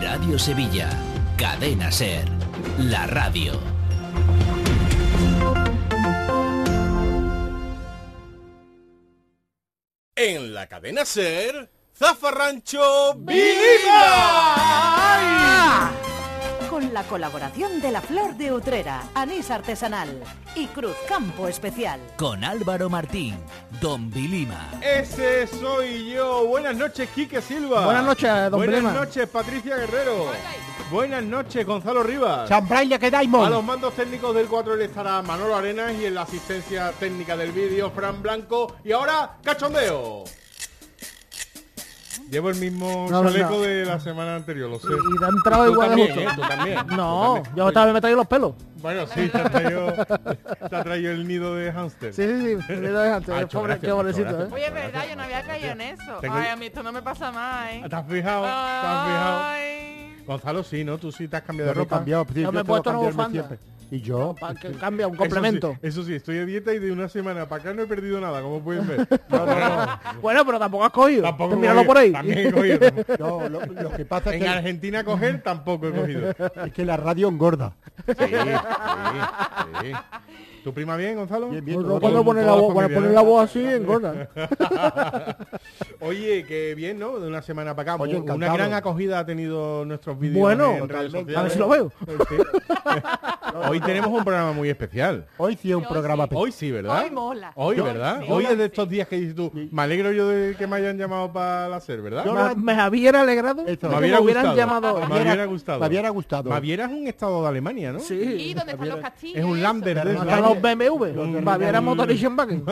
Radio Sevilla, Cadena Ser, la radio. En la cadena Ser, Zafarrancho Viva. Con la colaboración de La Flor de Utrera, Anís Artesanal y Cruz Campo Especial. Con Álvaro Martín, Don Vilima. Ese soy yo. Buenas noches, Quique Silva. Buenas noches, don Buenas Vilima. noches, Patricia Guerrero. Buenas noches, Gonzalo Rivas. Champagne le quedáis, A los mandos técnicos del 4 estará Manolo Arenas y en la asistencia técnica del vídeo Fran Blanco. Y ahora, cachondeo. Llevo el mismo No, no, chaleco no. de la semana anterior, lo sé. Y te ha entrado Tú igual de también, ¿eh? Tú justo. también. Tú No, también. yo también me he traído los pelos. Bueno, sí, te ha traído, te ha traído el nido de hámster. Sí, sí, sí. Me lo dejaste. Ah, Pobre- muchas gracias, qué pobrecito, muchas gracias. ¿eh? Oye, es verdad, yo no había caído en eso. Tengo- Ay, a mí esto no me pasa más, ¿eh? ¿Te has fijado? ¿Te has fijado? Ay. Gonzalo, sí, ¿no? Tú sí te has cambiado pues, Yo de me he ropa. cambiado, pues, tío, Yo me he tengo puesto que una cambiarme bufanda. Y yo, Para que cambia un Eso sí, complemento. Eso sí, estoy a dieta y de una semana para acá no he perdido nada, como pueden ver. Bueno, pero tampoco has cogido. Pues Pues Tampoco he Míralo cogido. por ahí. También he cogido. no, lo, lo que pasa En es Argentina coger tampoco he cogido. Sí, que, es que la radio engorda. sí, sí. ¿Tu prima bien, Gonzalo? Bien, bien, Todo- todo todo- Cuando pones la, toda voz- cuando familia, pones ¿no? pues la voz así, engorda. Oye, que bien, ¿no? De una semana para acá. Oye, una encantado. gran acogida ha tenido nuestros vídeos Bueno, en redes totalmente. sociales. A ver si lo veo. Sí. Hoy tenemos un programa muy especial. Hoy sí es un Yo programa pe- Hoy sí, ¿verdad? Hoy mola. Hoy, Yo- ¿verdad? sí. Hoy es de Sí. estos días que dices tú, me alegro yo de que me hayan llamado para la SER, ¿verdad? Yo- Ma- Me hubiera alegrado que Esto. me no hubiera me hubieran gustado. llamado. Me hoy. Baviera- hubiera gustado. Baviera gustado. Baviera es un estado de Alemania, ¿no? ¿Y Sí. dónde están los castillos? Es un y Lander. eso? de Hasta los Baviera. BMW. Baviera Motorization Wagen.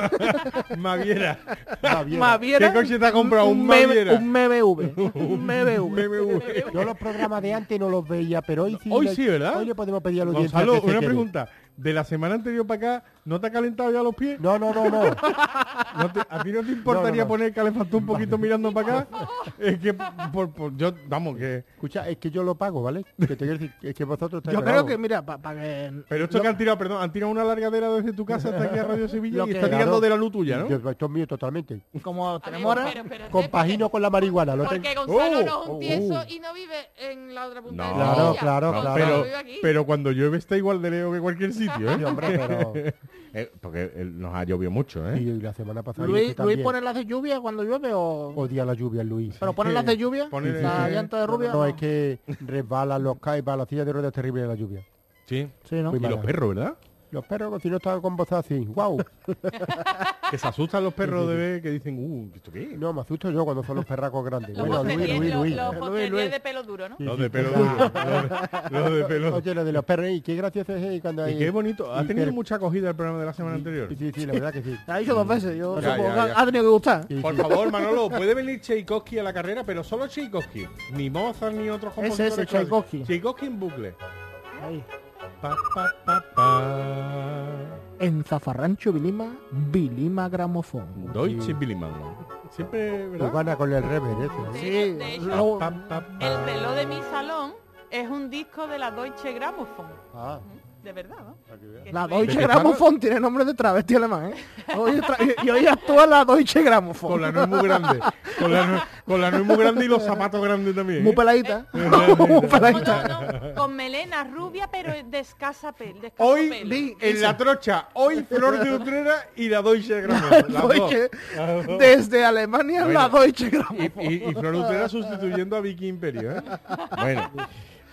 Maviera. Baviera. Baviera. ¿Qué coche te ha comprado? Un M- Baviera. Un MBV. Un MBV. BMW. Yo los programas de antes no los veía, pero hoy sí. Hoy le- sí, ¿verdad? Hoy le podemos pedir a los dientes. Gonzalo, una pregunta. De la semana anterior para acá, ¿no te ha calentado ya los pies? No, no, no, no. ¿No te- ¿A ti no te importaría no. poner calefactor un poquito mirando para acá? Es que, por, por- yo, vamos, que... Escucha, es que yo lo pago, ¿vale? Que te quiero decir, es que vosotros Yo estáis creo que, relajados. mira, para que... Pero esto que han tirado, perdón, han tirado una largadera desde tu casa hasta aquí a Radio Sevilla Lo y que- está tirando Claro. de la luz tuya, ¿no? Yo- pues, Esto es mío totalmente. como A ver, tenemos ahora... pero, pero, Compagino porque- con la marihuana. Lo tengo. Porque Gonzalo Oh, no es oh, un tieso oh. y no vive en la otra punta No. de la Claro, orilla. claro, Gonzalo claro. vive aquí. Pero, pero cuando llueve está igual de leo que cualquier sitio, Sí, ¿eh? hombre, pero... Eh, Porque eh, nos ha llovido mucho, ¿eh? Y la semana pasada... y Luis, este Luis también. pone las de lluvia cuando llueve Pues o... Odia la lluvia, Luis. Pero pone las de lluvia, Pone- la sí. llanta de rubia. No, es que resbalan los caibas, las sillas de ruedas terribles en la lluvia. Sí. Sí, ¿no? Muy Y los mala. perros, ¿verdad? Los perros, si no están con vos así, wow. Que se asustan los perros de ver que dicen, uh, ¿esto qué? es?". No, me asusto yo cuando son los perracos grandes. Los Bueno, Luis, posteriores- Luis, Luis. los- los Luis, posteriores Luis. de pelo duro, ¿no? Sí, Los sí, de sí, pelo claro. duro. Los de- Los de pelo duro. Oye, lo de los perros, y qué gracioso es eh, cuando Y hay... qué bonito. Ha y tenido per- mucha acogida el programa de la semana anterior. Sí, sí, sí, la verdad que sí. La ha dicho dos veces, yo Ya, supongo ya, que ya. ha tenido que gustar. Sí, Por sí. favor, Manolo, puede venir Tchaikovsky a la carrera, pero solo Tchaikovsky. Ni Mozart ni otros Ese, compositores. ese, clásicos. Tchaikovsky. Tchaikovsky en bucle. Ahí. Pa, pa, pa, pa. En Zafarrancho Vilima, Vilima Gramofón. Deutsche Billiman. Siempre, Pues ¿verdad? gana con el rever ese. ¿eh? Sí, de hecho- luego- Pa, pa, pa. El reloj de mi salón es un disco de la Deutsche Grammophon. ¿eh? Ah, De verdad, ¿no? Que la estoy- Deutsche ¿De qué Grammophon tiene nombre de travesti alemán, ¿eh? Hoy tra- y, y hoy actúa la Deutsche Con Grammophon. la nuez muy grande. Con la, nue- con la nuez muy grande y los zapatos grandes también. Muy ¿eh? peladita. peladita. Muy No, peladita. no, no, con melena rubia pero de escasa pel, de escaso Hoy pelo. vi- en la trocha, hoy Flor de Utrera y la Deutsche Grammophon. las dos. Deutsche, Las dos. desde Alemania la Bueno. Deutsche Y, Grammophon. y- y Flor de Utrera sustituyendo a Vicky Imperio. ¿eh? Bueno,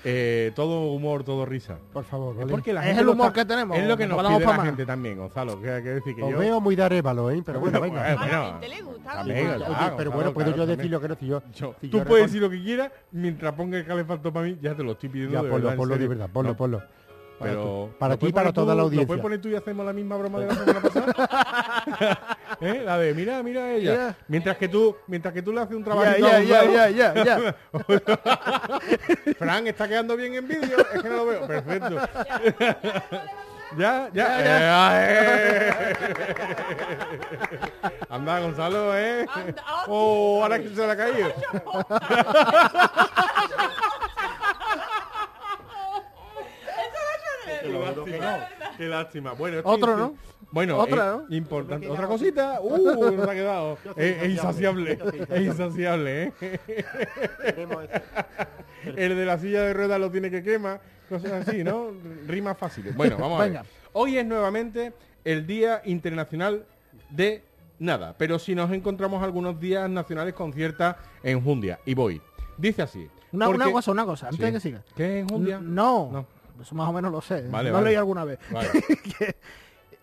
eh, todo humor, todo risa. por favor, Es ¿vale? porque la Es gente el lo humor está- que tenemos, Es lo que nos hablamos pide pa' la más. gente también, Gonzalo. Que hay que decir que Os yo... veo muy de arévalo, ¿eh? Pero bueno, venga. A bueno, la gente le gusta. a la también, gente le ya, Oye, gusta. Gonzalo, pero bueno, pues puedo claro, yo también. decir lo que no, si yo... Yo- si tú yo puedes recon- decir lo que quieras mientras ponga el calefactor para mí, ya te lo estoy pidiendo. Ya, de ponlo, verdad, en ponlo de serio. verdad, ponlo, No, ponlo. Para Pero tu- para ¿lo ti y puedes para poner toda tú- la ¿Lo puedes audiencia. poner tú y hacemos la misma broma de la semana pasada? ¿Eh? La de, mira, mira ella. Mira. Mientras que tú, mientras que tú le haces un trabajo. Ya, ya, ya, ya, ya, ya. Fran está quedando bien en vídeo, es que no lo veo. Perfecto. ya, ya. Eh, eh. Anda, Gonzalo, ¿eh? Anda, Oh, ahora que se la ha caído. Eso no es verdad. Que no, Qué lástima. Bueno, esto Otro, es- ¿no? Bueno, Otra, eh, ¿no? importante. Otra cosita. Uh, nos ha quedado. Eh, Es, es insaciable. Es insaciable, ¿eh? El de la silla de ruedas lo tiene que quemar. Cosas así, ¿no? Rimas fáciles. Bueno, vamos a ver. Venga. Hoy es nuevamente el Día Internacional de Nada. Pero si nos encontramos algunos días nacionales con cierta enjundia. Y voy. Dice así. Una, porque- una cosa, una cosa, antes Sí. de que siga. ¿Qué es enjundia? No, No. Eso más o menos lo sé. Vale, no vale. leí alguna vez. Vale. Que-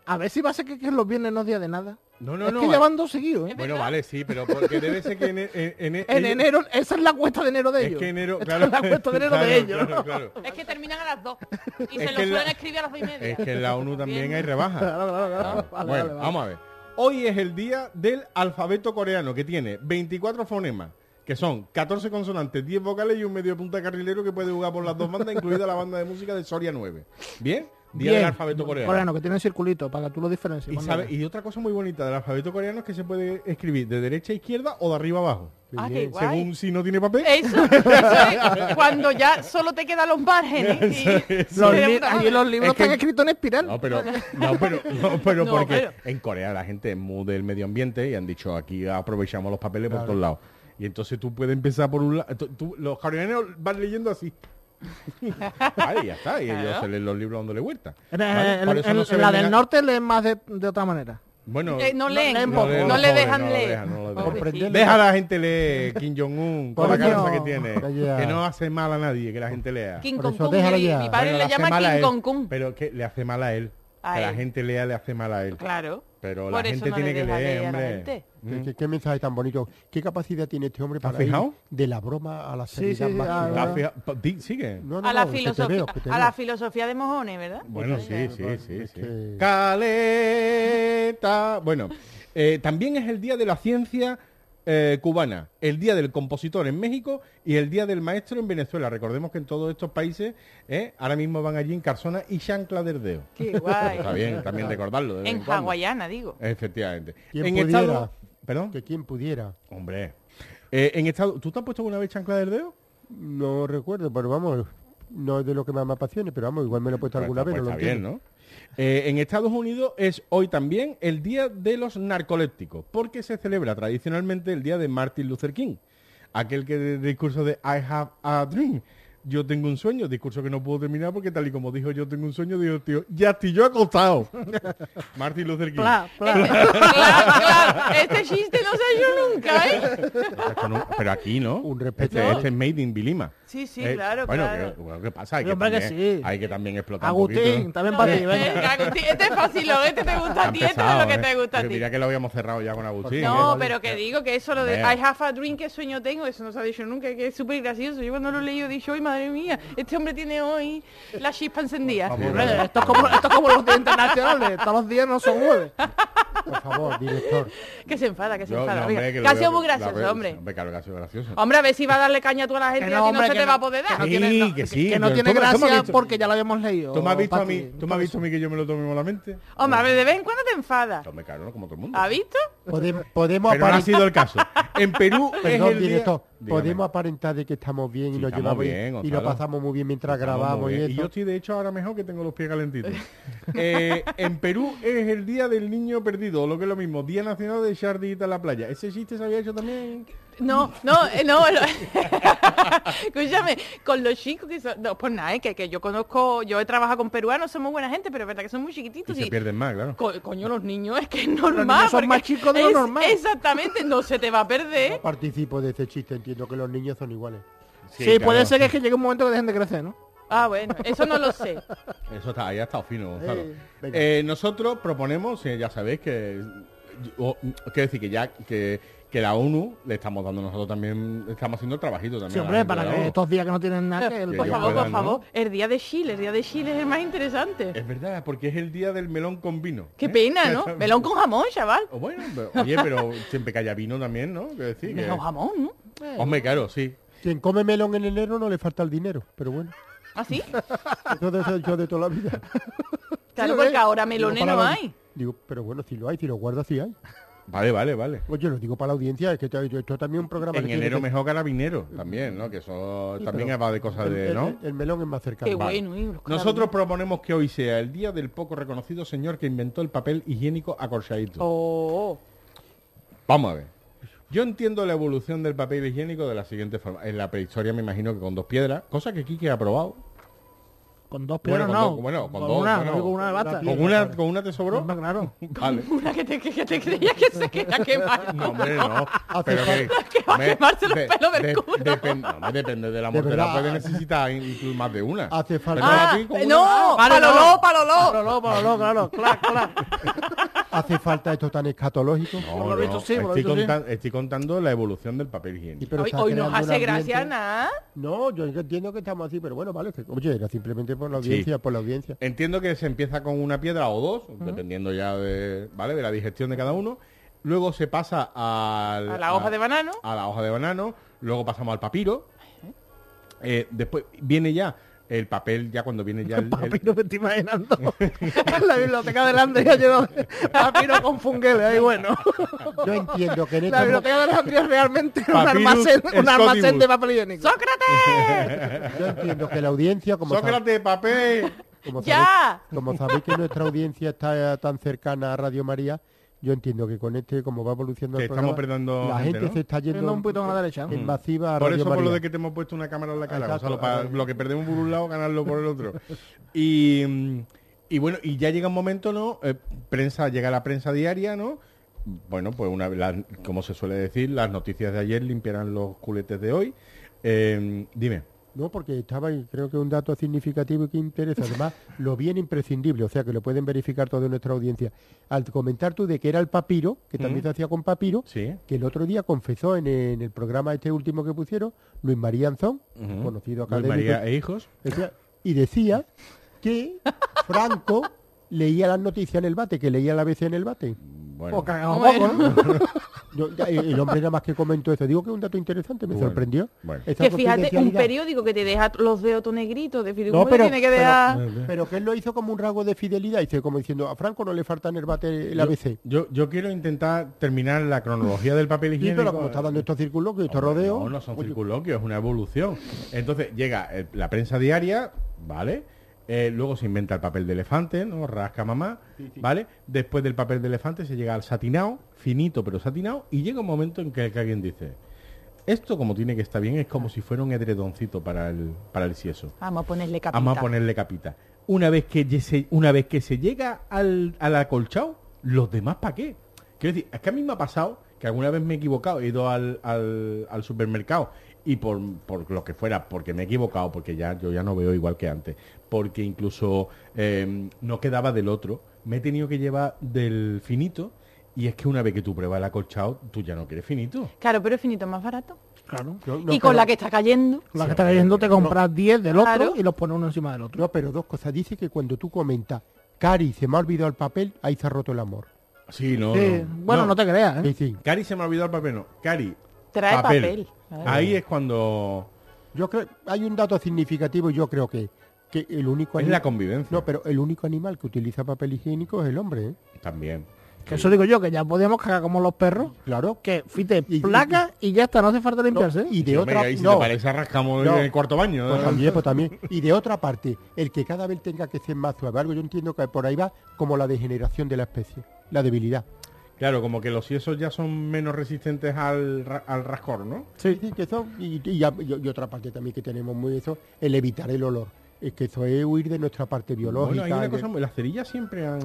a ver si va a ser que, que los viernes no es día de nada. No, no, es no. que va- ya van dos seguidos, ¿eh? Bueno, vale, sí, pero porque debe ser que en, e, en- en- En ellos- enero, esa es la cuesta de enero de Es ellos. que enero, Esta claro. es la cuesta de enero claro, de ellos. claro, ¿no? claro. Es que terminan a las 2 y Es se que lo en suelen la- escribir a las 2 y media. Es que en la ONU también hay rebajas. Claro, claro, claro. Claro. Vale, bueno, vale, vale. vamos a ver. Hoy es el día del alfabeto coreano, que tiene 24 fonemas, que son 14 consonantes, 10 vocales y un medio punta carrilero que puede jugar por las dos bandas, incluida la banda de música de Soria 9. ¿Bien? Día Bien. del alfabeto coreano. que tiene un circulito para que tú lo diferencies. Y, cuando sabe- veas. y otra cosa muy bonita del alfabeto coreano es que se puede escribir de derecha a izquierda o de arriba a abajo. Ah, qué guay. Eh, Según si no tiene papel. Eso, eso es cuando ya solo te quedan los márgenes. Y, Los y de li- puta madre. allí los libros Es que- están escritos en espiral. No, pero, no, pero, no, pero No, porque pero- en Corea la gente es muy del medio ambiente y han dicho aquí aprovechamos los papeles por todos lados. Y entonces tú puedes empezar por un lado. Los coreanos van leyendo así. Ahí ya está. Y ellos se leen los libros dándole vuelta. En- ¿Vale? en- Por eso en- no se en la ven del nada- norte leen más de, de otra manera. Bueno, Eh, no leen, leen no, poco. leen, le los pobres, dejan no lo leer. dejan, no lo dejan. Pobrecillo. Deja a la gente leer Kim Jong-un con la Coño. cabeza que tiene. Calla. Que no hace mal a nadie que la gente lea. King Por Kong eso Kung, déjalo mi, ya. mi padre Bueno, le hace llama mal a King él, Kong Kung. Pero que le hace mal a él. A que la él. gente lea le hace mal a él. Claro. Pero Por la eso gente no le tiene que deja leer, a la hombre. gente. ¿Qué, qué- qué mensaje tan bonito. ¿Qué capacidad tiene este hombre Mm. ¿Te has para ir fijado? de la broma a la Sí, sí, seriedad sí, máxima? ah, ¿Te has fijado? Pa- di- Sigue. No, no, A la no, que te filosofía, veo, que te a la veo. filosofía de mojones, ¿verdad? Bueno, sí, sí, vale, sí, es sí. que- Caleta. Bueno, eh, también es el día de la ciencia eh, cubana, el día del compositor en México y el día del maestro en Venezuela. Recordemos que en todos estos países eh, ahora mismo van allí en Carzona y chancla del dedo. Qué guay. Está bien, también recordarlo. de vez En cuando. hawaiana, digo. Efectivamente. ¿Quién en pudiera? estado... Perdón. Que quien pudiera. Hombre. Eh, en estado... ¿Tú te has puesto alguna vez chancla del dedo? No recuerdo, pero vamos, no es de lo que más me apasione, pero vamos, igual me lo he puesto Pues alguna está- vez. pues no lo está bien, entiendo. ¿no? Eh, en Estados Unidos es hoy también el Día de los Narcolépticos, porque se celebra tradicionalmente el Día de Martin Luther King, aquel que del discurso de I have a dream, yo tengo un sueño, discurso que no puedo terminar porque tal y como dijo yo tengo un sueño, digo, tío, ya estoy yo acostado. Martin Luther King. Pla, pla. Eh, claro, claro. Este chiste no sé yo nunca, ¿eh? Estás con un- pero aquí, ¿no? Un respeto. Este, este es Made in Vilima. Sí, sí, Eh, claro, bueno, claro. Que, bueno, ¿qué pasa? Hay que, Hombre, que también, sí. hay que también explotar un poquito. Agustín, ¿no? también No, para ti, eh, venga. eh, Agustín, este es fácil, este te gusta a ti, este es Pesado, lo que ¿eh? te gusta a Porque ti. Mira que lo habíamos cerrado ya con Agustín. ¿eh? No, pero que digo que eso lo de Hombre. I have a dream, qué sueño tengo, eso no se ha dicho nunca, que es súper gracioso. Yo cuando lo leí yo he dicho, ay madre mía, este hombre tiene hoy la chispa encendida. Vamos. Hombre, esto, es como, esto es como los días internacionales. Todos los días no son nueve. Por favor, director. Que se enfada, que se Yo, enfada. no, oiga. hombre, que que lo ha veo- sido muy la gracioso, veo- hombre. claro que ha sido gracioso. Hombre, a ver si va a darle caña a toda la gente Que y no, a ti no hombre, se que te no. va a poder dar. no Sí, tiene- no, que sí. que no pero tiene tú me- tú me has gracia visto- porque ya lo habíamos leído. ¿Tú me has visto a Pati. mí, tú me has visto a mí que yo me lo tomé malamente? Hombre, a ver, de vez en cuando te enfada. Yo me caro, ¿no? como todo el mundo. ¿Has visto? Podem- podemos Pero no ha aparentar, sido el caso. En Perú perdón, es el día- director, Dígame. podemos aparentar de que estamos bien y Sí, nos estamos llevamos bien, y Gonzalo. lo pasamos muy bien mientras Estamos grabamos muy y bien. eso. yo estoy de hecho ahora mejor que tengo los pies calentitos. Eh, en Perú es el día del niño perdido, o lo que es lo mismo, Día Nacional de echar a la playa. ¿Ese chiste se había hecho también? No, no, eh, no. lo- Escúchame, con los chicos que son... No, pues nada, eh, que, que yo conozco, yo he trabajado con peruanos, somos buena gente, pero es verdad que son muy Y chiquititos. se y- pierden más, claro. Co- coño, los niños es que es normal. niños son porque más chicos de lo es- normal. Exactamente, no se te va a perder. Participo de ese chiste, entiendo que los niños son iguales. Sí, claro. puede ser que, es que llegue un momento que dejen de crecer, ¿no? Ah, bueno, eso no lo sé. Eso está, ahí ha estado fino, Gonzalo. Eh, venga. Eh, nosotros proponemos, eh, ya sabéis que o- quiero decir que ya que, que la ONU le estamos dando nosotros también, estamos haciendo el trabajito también. Sí, a la hombre, gente de para la que ONU. estos días que no tienen nada Ah, que el Que Por ellos favor, puedan, por ¿no? favor. El día de Chile, el día de Chile es el más interesante. Es verdad, porque es el día del melón con vino. Qué ¿eh? pena, ¿no? Melón con jamón, chaval. O Bueno, pero- oye, pero siempre que haya vino también, ¿no? Quiero decir que... Melón jamón, ¿no? Hombre, claro, sí. Quien come melón en enero no le falta el dinero, pero bueno, ¿Así? eso de, eso yo de toda la vida. Claro, lo porque es. ahora Digo, melones para no la- hay. Digo, pero bueno, si lo hay, si lo guardas, sí hay. Vale, vale, vale. Oye, Pues lo digo para la audiencia, es que esto, esto también es un programa... En que tiene enero que- mejor carabinero también, ¿no? Que eso Sí, también pero va de cosas el- de, el- ¿no? El, el melón es más cercano. Qué Vale. bueno. y los carabineros. Nosotros proponemos que hoy sea el día del poco reconocido señor que inventó el papel higiénico acorchadito. Oh, Vamos a ver. Yo entiendo la evolución del papel higiénico de la siguiente forma. En la prehistoria me imagino que con dos piedras, cosa que Quique ha probado. Con dos piedras con no. dos- bueno, con con dos, Una, bueno, con una basta. ¿Con una, con una te sobró? Más claro. Vale. una que te, que que te creía que se queda quemada. No, hombre, no. Pero que, que va a quemarse los pelos del culo. Depende, no, depende de la De mortera. verdad. Puede necesitar incluso más de una. Hace falta- Pero a Ah, ti con eh, una- no, Vale, paloló, no. paloló. Para lo, para lo, claro, clac, clac. Hace falta esto tan escatológico. No, Por lo no, visto sí, por lo estoy, visto sí. contan- estoy contando la evolución del papel Y higiénico. pero hoy está hoy nos creando un hace gracia ambiente- nada. No, yo entiendo que estamos así, pero bueno, vale. que- oye, era simplemente por la audiencia, por la audiencia. Entiendo que se empieza con una piedra o dos, dependiendo ya de, ¿vale? de la digestión de cada uno. Luego se pasa al- A la hoja de banano. A la hoja de banano. Luego pasamos al papiro. Eh, después viene ya el papel, ya cuando viene ya el, el- Papi, no me estoy imaginando. En la biblioteca de Andrea lleva papiro Ah, con fungueles, ahí bueno. Yo entiendo que en La esta... biblioteca de Alejandría es realmente un Papyrus almacén, un almacén Scotibus. de papel higiénico. ¡Sócrates! Yo entiendo que la audiencia, como, sab- Sócrates, papel. como ¡Ya! sabéis, como sabéis que nuestra audiencia está eh, tan cercana a Radio María, yo entiendo que con este, como va evolucionando Que el estamos programa, perdiendo la gente, gente ¿no? Mm. se está yendo Yendo un poquito a la derecha. en masiva a Por Radio eso, por María. lo de que te hemos puesto una cámara en la cara, Exacto, Gonzalo, para ahora- lo que perdemos por un lado, ganarlo por el otro. Y, mm, y bueno, y ya llega un momento, ¿no? Eh, prensa, llega la prensa diaria, ¿no? Bueno, pues una la- como se suele decir, las noticias de ayer limpiarán los culetes de hoy. Eh, dime. No, porque estaba, y creo que un dato significativo y que interesa, además, lo bien imprescindible, o sea, que lo pueden verificar toda nuestra audiencia. Al comentar tú de que era el papiro, que también se hacía con papiro, Sí. que el otro día confesó en, en el programa este último que pusieron, Luis María Anzón, conocido Luis académico, María e hijos. decía- y decía que Franco leía las noticias en el bate, que leía la vez en el bate. Bueno, O cagamos poco, ¿no? Yo- ya, el el hombre nada más que comentó eso. Digo que es un dato interesante, me Bueno, sorprendió. bueno. Esa Que fíjate, un confidencialidad. periódico que te deja los dedos negritos de No, Filipe pero, tiene que pero- dejar... pero, que él lo hizo como un rasgo de fidelidad, dice, como diciendo, a Franco no le falta en el bate el yo- ABC. Yo, yo quiero intentar terminar la cronología del papel Sí, higiénico. pero como está dando estos circunloquios, estos Hombre, rodeos, No, no son circunloquios, es una evolución. Entonces llega eh, la prensa diaria, ¿vale? Eh, luego se inventa el papel de elefante, ¿no? Rasca mamá, ¿vale? Después del papel de elefante se llega al satinado, finito pero satinado, y llega un momento en que, que alguien dice, esto como tiene que estar bien es como si fuera un edredoncito para el, para el sieso. Vamos a ponerle capita. Vamos a ponerle capita. Una vez que ye- se, una vez que se llega al, al acolchado, ¿los demás para qué? Quiero decir, es que a mí me ha pasado que alguna vez me he equivocado, he ido al, al- al supermercado y por, por lo que fuera, porque me he equivocado, porque ya yo ya no veo igual que antes, porque incluso eh, no quedaba del otro, me he tenido que llevar del finito y es que una vez que tú pruebas el acolchado, tú ya no quieres finito. Claro, pero es finito más barato. Claro. no, no, y con pero- la que está cayendo. La que está cayendo te compras 10 del otro Claro. y los pones uno encima del otro. no, pero dos cosas. Dice que cuando tú comentas, Cari, se me ha olvidado el papel, ahí se ha roto el amor. Sí, no. Sí, Bueno, no. te creas, ¿eh? Sí, sí. Cari se me ha olvidado el papel, no. Cari. Trae papel. papel. Claro. Ahí es cuando Yo creo, hay un dato significativo, yo creo que, que el único es ani- la convivencia. No, pero el único animal que utiliza papel higiénico es el hombre, ¿eh? También. Que eso digo yo, que ya podíamos cagar como los perros. Claro. Que fite Y- y- placa y ya está, no hace falta No, limpiarse. ¿eh? y de ¿Ah, Sí, otra hombre, ahí si te no, parece arrascamos No. en el cuarto baño. Pues ¿no? también, pues también. Y de otra parte, el que cada vez tenga que ser más suave, algo yo entiendo que por ahí va como la degeneración de la especie, la debilidad. Claro, como que los siesos ya son menos resistentes al, ra- al rascor, ¿no? Sí, sí, que eso, y, y ya- y- y otra parte también que tenemos muy eso, el evitar el olor. Es que eso es huir de nuestra parte Bueno, biológica. hay una y- cosa, muy- las cerillas siempre han...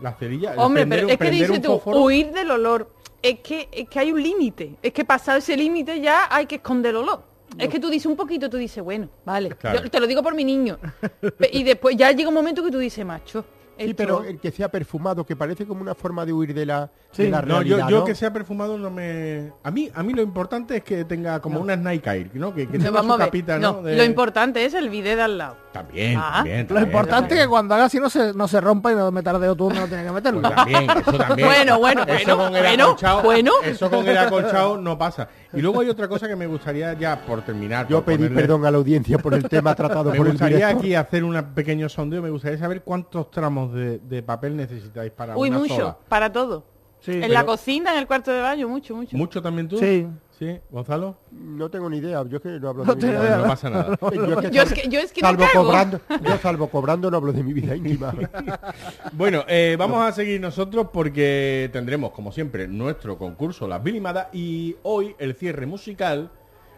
Las cerillas... Hombre, prender pero un- es que prender dices un tú, fósforo- huir del olor. Es que, es que hay un límite. Es que pasado ese límite ya hay que esconder el olor. Es que tú dices un poquito, tú dices, bueno, vale. Claro. Yo te lo digo por mi niño. Pe- y después ya llega un momento que tú dices, macho. Sí, esto- pero eh, el que sea perfumado, que parece como una forma de huir de la, Sí. de la No, realidad, yo, yo ¿no? que sea perfumado no me... A mí, a mí lo importante es que tenga como una Nike Air, ¿no? Que, que No, tenga vamos su a ver. capita, ¿no? No, De- Lo importante es el bidet de al lado. También, Ah. también, Lo también, importante es que también. cuando haga así no se, no se rompa y no metas de tú no tienes que Pues meterlo. también, eso también. Bueno, bueno, eso bueno, con el bueno, acolchado, bueno. Eso con el acolchado no pasa. Y luego hay otra cosa que me gustaría ya, por terminar... Yo por pedí ponerle- perdón a la audiencia por el tema tratado Me por el gustaría director. aquí hacer un pequeño sondeo. Me gustaría saber cuántos tramos de, de papel necesitáis para Uy, una mucho, sola. para todo. Sí. En Pero- la cocina, en el cuarto de baño, mucho, mucho. ¿Mucho también tú? Sí. ¿Sí? ¿Gonzalo? No tengo ni idea, yo es que no hablo No de mi tengo vida. No ¿verdad? pasa nada. Yo es que Yo sal- es que, yo es que no salvo cago. cobrando, yo salvo cobrando no hablo de mi vida íntima. Bueno, eh, vamos a seguir nosotros porque tendremos, como siempre, nuestro concurso Las Bilimadas y hoy el cierre musical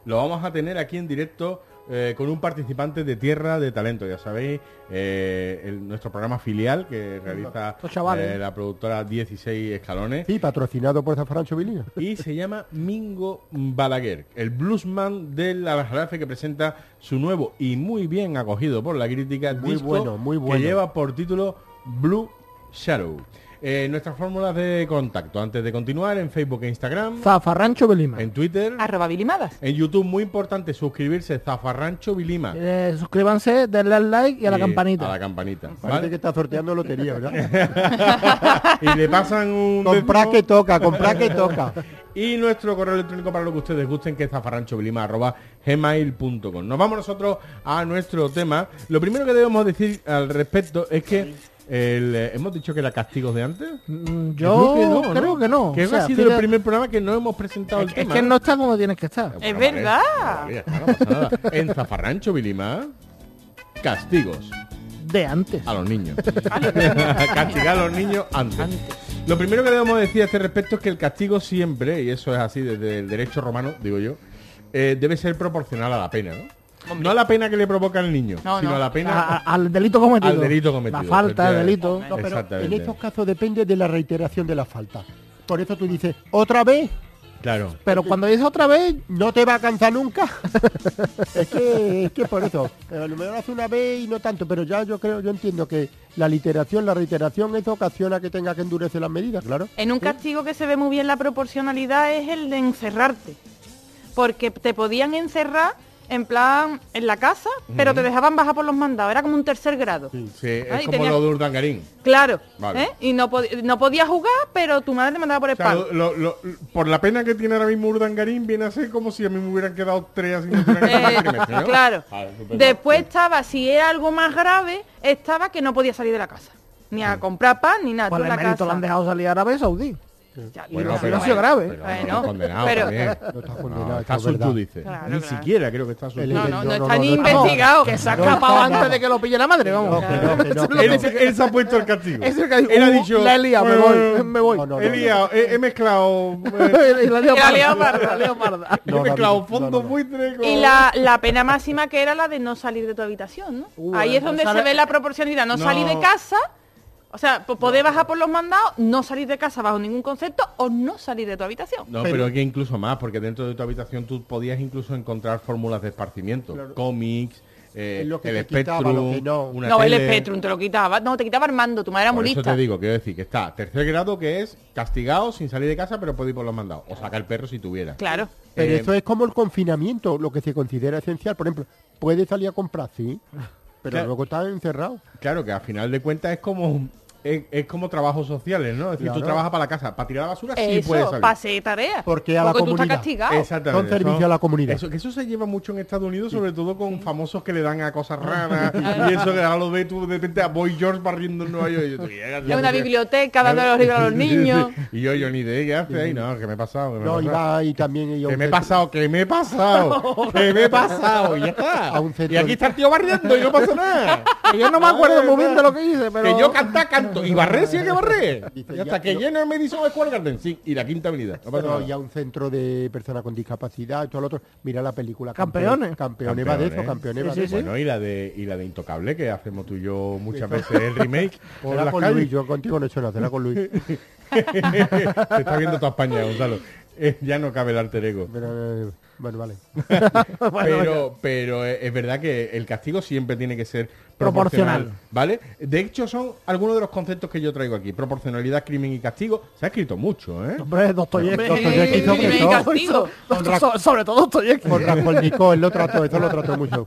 lo vamos a tener aquí en directo eh, con un participante de Tierra de Talento. Ya sabéis, eh, el- nuestro programa filial que realiza Los chavales. eh, la productora 16 Escalones Sí, patrocinado por Zafrancho Vilina. y se llama Mingo Balaguer, el bluesman del Aljarafe que presenta su nuevo y muy bien acogido por la crítica Muy disco bueno, muy bueno. que lleva por título Blue Shadow. Eh, nuestras fórmulas de contacto antes de continuar en Facebook e Instagram, Zafarrancho Belima. en Twitter, Arroba bilimadas. en YouTube muy importante suscribirse Zafarrancho Vilima Eh, Eh, suscríbanse, denle al like y a la campanita. a la campanita, Parece ¿vale? que está sorteando lotería, ¿verdad? y le pasan un comprar décimo. que toca, comprar que toca. Y nuestro correo electrónico para lo que ustedes gusten, que es zafarranchoblima.gmail.com. Nos vamos nosotros a nuestro tema. Lo primero que debemos decir al respecto es que el, eh, hemos dicho que era castigos de antes. Mm, Yo creo Yo que no, ¿no? creo que no. Que O sea, ha sido el fíjate- primer programa que no hemos presentado es, el que- es tema. que no está como tienes que estar. Bueno, Es vale, verdad. vale, ya está, no pasa nada. En Zafarrancho Vilima, castigos De antes. a los niños. Castigar a los niños antes. Lo primero que debemos decir a este respecto es que el castigo siempre, y eso es así desde el derecho romano, digo yo, eh, debe ser proporcional a la pena, ¿no? No a la pena que le provoca al niño, No, sino no. Ah, a la pena... A- a- al delito cometido. Al delito cometido, La falta, el efectivamente. delito. No, pero en Exactamente. estos casos depende de la reiteración de la falta. Por eso tú dices, otra vez, ah. Claro. Pero cuando dices otra vez, no te va a cansar nunca. es, que, es que por eso, eh, a lo mejor hace una vez y no tanto, pero ya yo creo, yo entiendo que la literación, la reiteración, eso ocasiona que tenga que endurecer las medidas, claro. En un castigo que se ve muy bien la proporcionalidad es el de encerrarte. Porque te podían encerrar en plan en la casa, pero te dejaban bajar por los mandados. Era como un tercer grado. Sí, es Ay, como tenía- lo de Urdangarín. Claro. Vale. ¿eh? Y no, pod- no podías jugar, pero tu madre te mandaba por el O sea, palo. lo- lo- lo- por la pena que tiene ahora mismo Urdangarín, viene a ser como si a mí me hubieran quedado tres asignaturas en Eh, el trimestre, ¿no? claro. Vale, estupendo. Después estaba, si era algo más grave, estaba que no podía salir de la casa. Ni a comprar pan, ni nada. por tú en el la mérito lo han casa. dejado salir a Arabia Saudí. Ya, y Bueno, no, pero- ha sido grave. pero Bueno, está condenado pero- también. No está No, condenado, esto está es verdad. subjudice. Claro, Ni claro. siquiera creo que está El- subjudice. No, no, No, no no, está no, ni no, no. investigado. Que se ha No, escapado no, antes no. de que lo pille la madre, No, vamos. que no, que no, que Él, no. él se ha puesto el castigo. Es el que ha dicho, él ha "Uh, dicho, la he liado, me "Eh, voy, me voy". No, no, he, no, liado, He, he mezclado, eh, Y la Y leo la leo parda. parda. la leo parda. he No, mezclado David, fondo no, no, no. buitre con- Y la, la pena máxima que era la de no salir de tu habitación, ¿no? Uh, Ahí bueno, es donde sale- se ve la proporcionalidad. No, No. salir de casa, o sea, po- poder bajar por los mandados, no salir de casa bajo ningún concepto o no salir de tu habitación. No, pero, que incluso más, porque dentro de tu habitación tú podías incluso encontrar fórmulas de esparcimiento. Cómics, eh, Es lo que el te quitaba, Spectrum, lo que no. una no, el tele. Spectrum te lo quitaba. No, te quitaba Armando, tu madre era Por muy eso lista. te digo, quiero decir que está tercer grado que es castigado sin salir de casa, pero puede ir por los mandados. O sacar el perro si tuviera. Claro. Pero Eh, eso es como el confinamiento, lo que se considera esencial. Por ejemplo, puede salir a comprar, sí, pero Claro. luego está encerrado. Claro, que al final de cuentas es como es, es como trabajos sociales, ¿no? Es decir, tú Claro. trabajas para la casa, para tirar la basura sí puedes Eso, salir. pase tarea. Porque a la Porque tú estás comunidad. castigado. Exactamente. Son servicio eso- a la comunidad. Eso, que eso se lleva mucho en Estados Unidos, sobre todo con famosos que le dan a cosas raras. y eso que ahora lo ves tú de repente a Boy George barriendo en Nueva York. Y yo, tú, ¿qué haces? En una biblioteca dándole los libros a los niños. y yo, yo ni idea, ¿qué hace ahí? No, que me he pasado. Que me, No, he y pasado. va y también... y a Que un me he centro- pasado, que me he pasado, que me he pasado, y ya está. A un centro- y aquí está el tío barriendo y no pasa nada. Que Yo no Ah, me acuerdo muy bien de lo que hice, pero... Que yo canta, canto. Y barré, sí hay que barré. Dice, Y hasta ya, que yo- lleno el Madison Square Garden, "Oh, sí. Y la quinta avenida. No pasa Pero nada. ya un centro de personas con discapacidad, todo lo otro. Mira la película. Campeones. Campeones va de eso, campeones va de eso. Bueno, y la de y la de Intocable que hacemos tú y yo muchas veces el remake por Será las con calles. Luis, yo contigo no he hecho nada, será con Luis. Se está viendo toda España, Gonzalo. Eh, ya no cabe el alter ego. Pero, eh, bueno, vale. Pero, pero eh, es verdad que el castigo siempre tiene que ser proporcional, Proporcional. ¿Vale? De hecho, son algunos de los conceptos que yo traigo aquí. Proporcionalidad, crimen y castigo. Se ha escrito mucho, ¿eh? Hombre, Dostoyevsky. Dostoyevsky, Dostoyevsky, crimen y sobre castigo. todo. So- so- Sobre todo Dostoyevsky. Con Raskolnikov, él lo trató, eso lo trató mucho.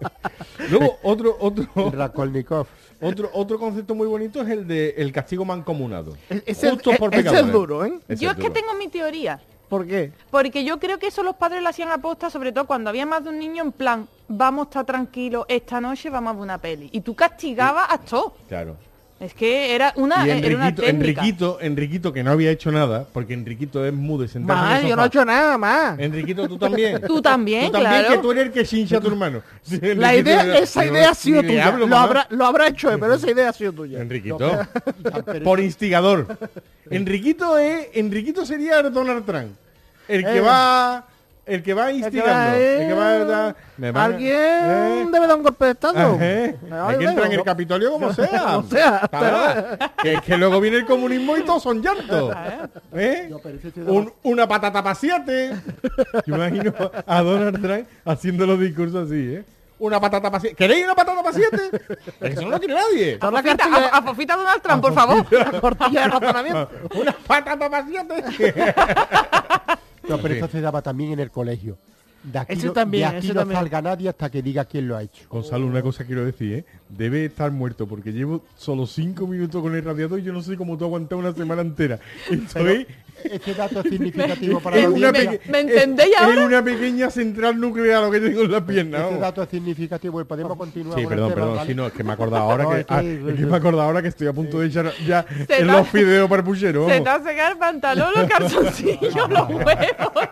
Luego, otro, otro, Oh. Raskolnikov. otro, otro concepto muy bonito es el de el castigo mancomunado. E- ese- Justo por e- ese es pecadores. duro, ¿eh? Ese Yo es que duro. tengo mi teoría. ¿Por qué? Porque yo creo que eso los padres lo hacían aposta, sobre todo cuando había más de un niño en plan, vamos a estar tranquilos, esta noche vamos a ver una peli. Y tú castigabas a todo. Claro. Es que era una, y era una Enriquito, técnica. Enriquito, Enriquito, que no había hecho nada, porque Enriquito es mudo y sentado en Más, el yo no he sofá. hecho nada más. Enriquito, tú también. Tú también, Tú también, claro. que tú eres el que hincha a tu hermano. Sí, La Enriquito idea, era- esa Yo, idea ha sido ni le tuya. hablo, Lo mamá. habrá, lo habrá hecho, eh, pero esa idea ha sido tuya. Enriquito. Por instigador. Enriquito es. Enriquito sería el Donald Trump. El que Eh. va. El que va instigando. El que va. da- me van a- Alguien Eh. debe dar un golpe de estado. Ajá. Me va a Hay que entrar dar en un el golpe. Capitolio como sea. Como sea, Para, que, es que luego viene el comunismo y todos son llantos. ¿Eh? No, pero eso sí da Un- una patata para siete. Yo imagino a Donald Trump haciendo los discursos así, ¿eh? Una patata para siete. ¿Queréis una patata para siete? Es que eso no lo quiere nadie. Ahora Fofita, cartilla- a, a Fofita Donald Trump, por favor. Cortilla de razonamiento. Una patata para siete. No, pero Sí. eso se daba también en el colegio. De aquí, Ese no, también, de aquí ese no también. salga nadie hasta que diga quién lo ha hecho. Gonzalo, una cosa quiero decir, ¿eh? Debe estar muerto porque llevo solo cinco minutos con el radiador y yo no sé cómo tú aguantas una semana entera. Estoy Ese dato es significativo para la en una, me- audiencia. peque- ¿me entendéis en- en ahora? una pequeña central nuclear lo que tengo en la pierna. Ese vamos. dato es significativo y podemos continuar. Sí, con el perdón, tema, perdón. ¿vale? Sí, no, es que me he acordado ahora No, que, es que- ah, es que me he acordado ahora que estoy a punto de echar ya Se en da- los fideos para el puchero. Se vamos. te ha secado el pantalón, los calzoncillos, los huevos.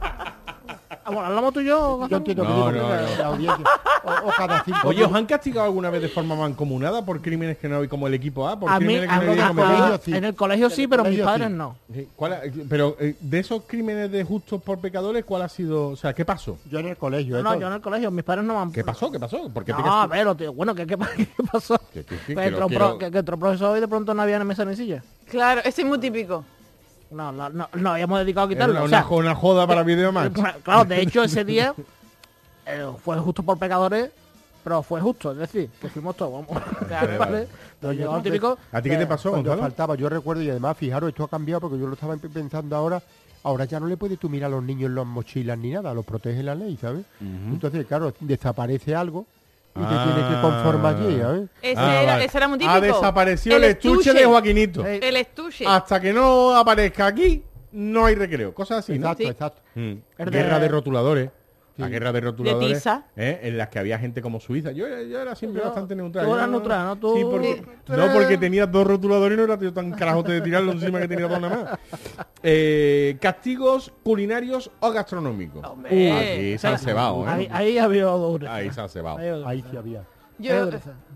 Ah, bueno, hablamos tú y yo. Yo entiendo que No, digo que no, la, no. la audiencia. O, o cada cinco Oye, ¿os han castigado alguna vez de forma mancomunada por crímenes que no hay como el equipo A? Por A mí, crímenes a que mí no me había en el tocó. cometido? colegio sí. Ah, en el colegio sí, pero En el mis colegio padres sí. no. Sí, ¿cuál ha- pero eh, de esos crímenes de justos por pecadores, ¿cuál ha sido? O sea, ¿qué pasó? Yo en el colegio. No, ¿eh? no, yo en el colegio, mis padres no me han... ¿Qué pasó? ¿Qué pasó? ¿Por qué te No, castigaron? pero, tío, bueno, ¿qué, qué, pa- qué pasó? Que- que- que- Pues que entró, lo un pro- quiero- que- que entró un profesor y de pronto no había mesa ni silla. Claro, ese es muy típico. No, no, no, no habíamos dedicado a Era quitarlo. una, o sea, una jo- una joda para Videomatch. Bueno, Pues, Claro, de hecho ese día eh, fue justo por pecadores, pero fue justo, es decir, que fuimos todos, vamos. Claro. ¿Vale? Nos llevamos típico. ¿A ti qué te pasó, Cuando Gonzalo? faltaba, yo recuerdo, y además, fijaros, esto ha cambiado porque yo lo estaba pe- pensando ahora. Ahora ya no le puedes tú mirar a los niños en las mochilas ni nada, los protege la ley, ¿sabes? Entonces, claro, desaparece algo y te tienes que conformar allí, ¿eh? ¿sabes? Ese, Ah, era, vale. ese era muy típico. Ha desaparecido el, estuche de Joaquinito. Eh, El estuche. Hasta que no aparezca aquí, no hay recreo. Cosas así, ¿no? Exacto, Sí. exacto. Mm. El Guerra de- de rotuladores. La guerra de rotuladores. tiza. ¿eh? En las que había gente como Suiza. Yo, era- yo era siempre Yo- bastante neutral. tú Yo eras neutral, ¿no? Tú- Sí, porque, tú no, eras- porque tenías dos rotuladores y no era yo tan carajote de tirarlo encima que tenía dos nada más. Eh, castigos culinarios o gastronómicos. Uh, Hombre. aquí se han cebado, Ahí, ¿eh? ahí había dos. Ahí se han cebado. Ahí había- Ahí sí había. Yo-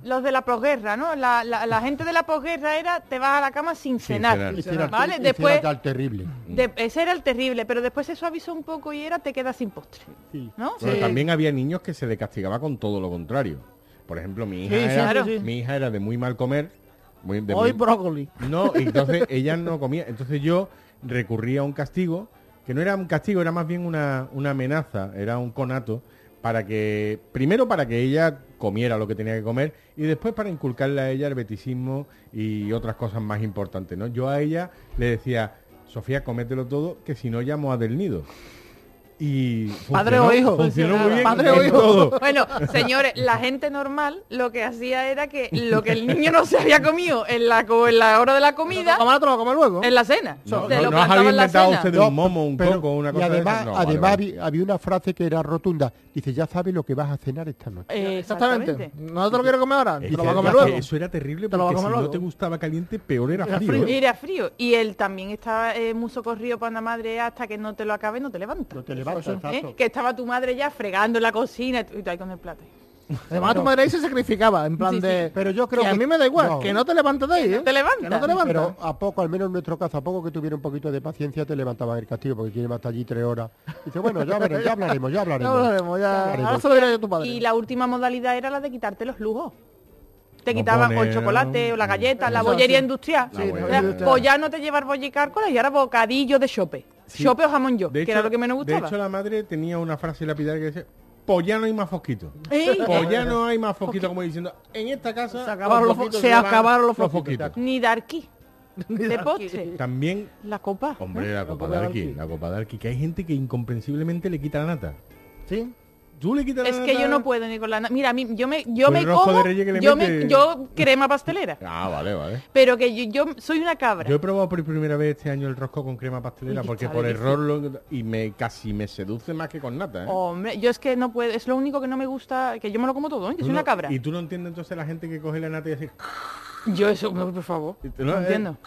los de la posguerra, ¿no? La, la- la gente de la posguerra era te vas a la cama sin cenar. cenar. Ese Este era, ¿Vale? ese era Después, tal terrible. de- ese era el terrible, pero después se suavizó un poco y era te quedas sin postre. Sí. ¿No? Bueno, Sí. también había niños que se le castigaba con todo lo contrario. Por ejemplo, mi hija, Sí, sí, era, claro. sí, sí. mi hija era de muy mal comer. Muy, de Hoy muy- brócoli. No, y entonces ella no comía. Entonces yo recurría a un castigo, que no era un castigo, era más bien una, una amenaza, era un conato, para que, primero para que ella comiera lo que tenía que comer y después para inculcarle a ella el beticismo y otras cosas más importantes, ¿no? Yo a ella le decía, Sofía, comételo todo, que si no llamo a del nido. Y Padre funcionó- o hijo. funcionó muy bien Padre en o hijo. todo. Bueno, señores, la gente normal lo que hacía era que lo que el niño no se había comido en la, co- en la hora de la comida, Cámara te lo come luego. en la cena. No, Te no, lo no os plantaba habéis en la inventado cena. ustedes un momo, un coco, una cosa y de además, esas. No, vale, además vale. vi- había una frase que era rotunda. Dice, ya sabes lo que vas a cenar esta noche. Eh, Exactamente. No te lo quiero comer ahora, te Es lo que- vas a comer es que luego. Eso era terrible Te lo vas a porque si comer no luego. te gustaba caliente, peor era Era frío. frío. Era frío. Y él también estaba eh, muy socorrido para la madre hasta que no te lo acabe, no te levanta. No te levantas, ¿Eh? exacto. Que estaba tu madre ya fregando en la cocina y tú, y tú ahí con el plato. Además tu madre ahí se sacrificaba, en plan Sí, sí. de... Pero yo creo que... a que- mí me da igual, no. que no te levantes de ahí, ¿eh? te levantas. Que no te levantas. Pero a poco, al menos en nuestro caso, a poco que tuviera un poquito de paciencia, te levantaban el castigo porque quiere estar allí tres horas. Dice, bueno, ya, veremos, ya hablaremos, ya Ya hablaremos. hablaremos, ya. hablaremos. Ahora se lo diré a tu padre. Y la última modalidad era la de quitarte los lujos. Te No quitaban o poner- el chocolate o la galleta, la Eso, bollería sí. industrial. La bollería O sea, industrial. pues ya no te llevar bolle y cárcola y ahora bocadillo de chope. Sí. Chope o jamón yo, De que hecho- era lo que menos De gustaba. hecho, la madre tenía una frase lapidaria que decía, pues ya no hay más fosquitos. Ey, Pues ya no hay más fosquitos, como diciendo, en esta casa Se acabaron los fo- fosquitos se llaman acabaron los fosquitos". Ni darquí. De darquí. postre. También, La Mm. copa. hombre, la copa copa de darky, Arqui. la copa darky, que hay gente que incomprensiblemente le quita la nata. Sí. Tú le quitas la Es nata. que yo no puedo ni con la... na- Mira, a mí, yo me, yo Con me el rosco como... de reyes que le Yo, mete. me, yo crema pastelera. Ah, vale, vale. Pero que yo, yo soy una cabra. Yo he probado por primera vez este año el rosco con crema pastelera Uy, porque está por delicioso. Oh, error lo- y me casi me seduce más que con nata. ¿eh? Hombre, yo es que no puedo... Es lo único que no me gusta... Que yo me lo como todo, ¿eh? Que Tú soy no- una cabra. Y tú no entiendes entonces la gente que coge la nata y dice, Yo eso, no, por favor. Y te- no, No eh, entiendo.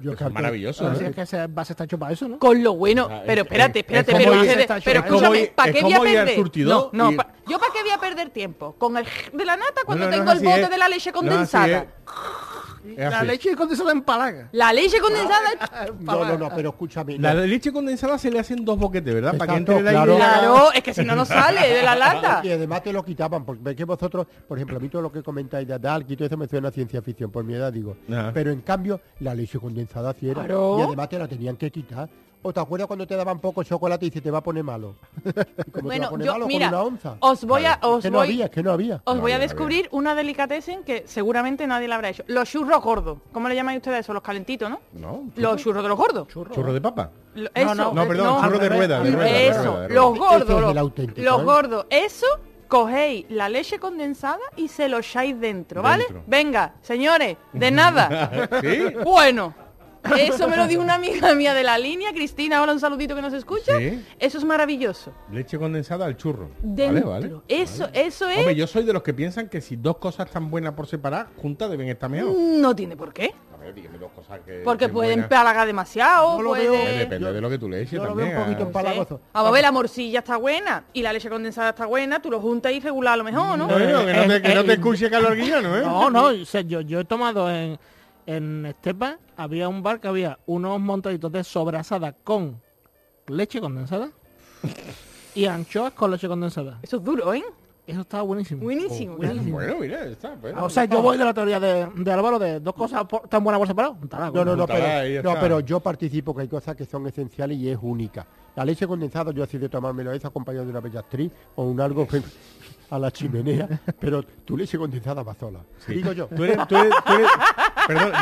Yo Es creo que- maravilloso, Pero ¿no? si es que ese base está hecho para eso, ¿no? Con lo bueno, Ah, es- pero espérate, es- espérate, es pero, como ir- ustedes- es pero como escúchame, ir- ¿para es qué voy a como ir al perder? surtidor no, no, y- pa- yo para qué voy a perder tiempo con el de la nata cuando No, no, no tengo es el así, bote es- de la leche no, es así, condensada. es- es La así. leche condensada en palaga. La leche condensada, No, no, no, pero escúchame. La no. leche condensada se le hacen dos boquetes, ¿verdad? Para que Exacto, entre el aire. claro. claro, es que si no no sale de la lata. pues Y además te lo quitaban, porque ves que vosotros, por ejemplo, a mí todo lo que comentáis de Dark y todo eso me suena a ciencia ficción, por mi edad digo. Ajá. Pero en cambio, la leche condensada sí era. Claro. Y además te la tenían que quitar. ¿O te acuerdas cuando te daban poco chocolate y se te va a poner malo? ¿Y cómo te va a Bueno, poner yo malo mira, con una onza? os voy a Es os que no voy había, es que no había. os No voy a había, no descubrir una delicatessen que seguramente nadie la habrá hecho. Los churros gordos. ¿Cómo le llamáis ustedes eso? Los calentitos, ¿no? No, Los churros de los gordos. churro de papa. Lo- No, Eso. eh, no, No, perdón, churro de rueda, de rueda, de Eso, rueda, Este de rueda. los gordos, Ese es el los- auténtico, los ¿eh? gordos, eso cogéis la leche condensada y se lo echáis dentro, ¿vale? Dentro. Venga, señores, de nada. ¿Sí? Bueno, eso me lo dijo una amiga mía de la línea, Cristina, ahora un saludito que nos escucha. Sí. Eso es maravilloso. Leche condensada al churro. Dentro. Vale, vale. Eso, eso es. Hombre, yo soy de los que piensan que si dos cosas tan buenas por separar, juntas deben estar mejor. No tiene por qué. A ver, dígame dos cosas que... Porque que pueden buenas. empalagar demasiado. No lo puede- veo. Eh, no sé. Depende de lo que tú le eches yo lo veo también. un poquito ah. empalagoso. Vamos a ver, la morcilla está buena y la leche condensada está buena, tú lo juntas y regular a lo mejor, No, ¿no? no, que no te, que no te Eh, eh, escuche Carlos Arguillano, ¿eh? No, no, o sea, yo, yo he tomado en, en Estepa, había un bar que había unos montaditos de sobrasada con leche condensada y anchoas con leche condensada. Eso es duro, ¿eh? Eso estaba buenísimo. Oh, Buenísimo. buenísimo. Bueno, mira, está. bueno. Ah, O sea, yo voy de la teoría de, de Álvaro de dos cosas por- tan buenas por separado. un talaco. No, no, no, Juntará y ya pero, no, está. pero yo participo que hay cosas que son esenciales y es única. La leche condensada yo así de tomármelo eso acompañado de una bellatriz o un algo que- a la chimenea, pero tu leche condensada va sola. Sí. Digo yo. Tú eres, tú eres- tú eres- perdón,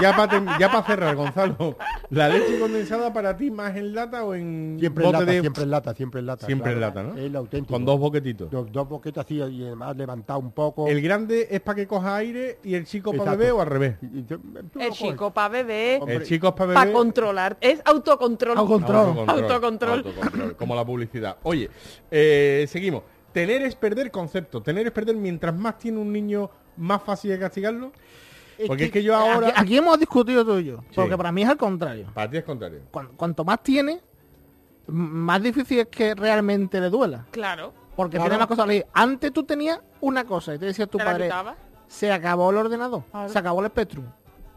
ya para cerrar, Gonzalo. ¿La leche condensada para ti más en lata o en Siempre en bote lata, de- siempre en lata, siempre en lata. Siempre en claro. lata, ¿no? Es el auténtico. Con dos boquetitos. dos, dos boquetas así y además levantado un poco. El grande es para que coja aire y el chico para Exacto. beber o al revés. Y- y- tú lo El coges. chico para beber, Hombre, El chico es para beber. para controlar. Es autocontrol. Autocontrol. Autocontrol. Autocontrol, Como la publicidad. Oye, eh, seguimos. Tener es perder concepto. Tener es perder mientras más tiene un niño, más fácil de castigarlo. Porque es que yo ahora. Eh, Aquí, aquí hemos discutido tú y yo, porque Sí. para mí es al contrario. Para ti es contrario. Cuan- cuanto más tiene, m- más difícil es que realmente le duela. Claro. Porque Claro. tiene más cosas. a elegir. Antes tú tenías una cosa y te decía tu Te la padre, quitaba. se acabó el ordenador, Claro. se acabó el Spectrum.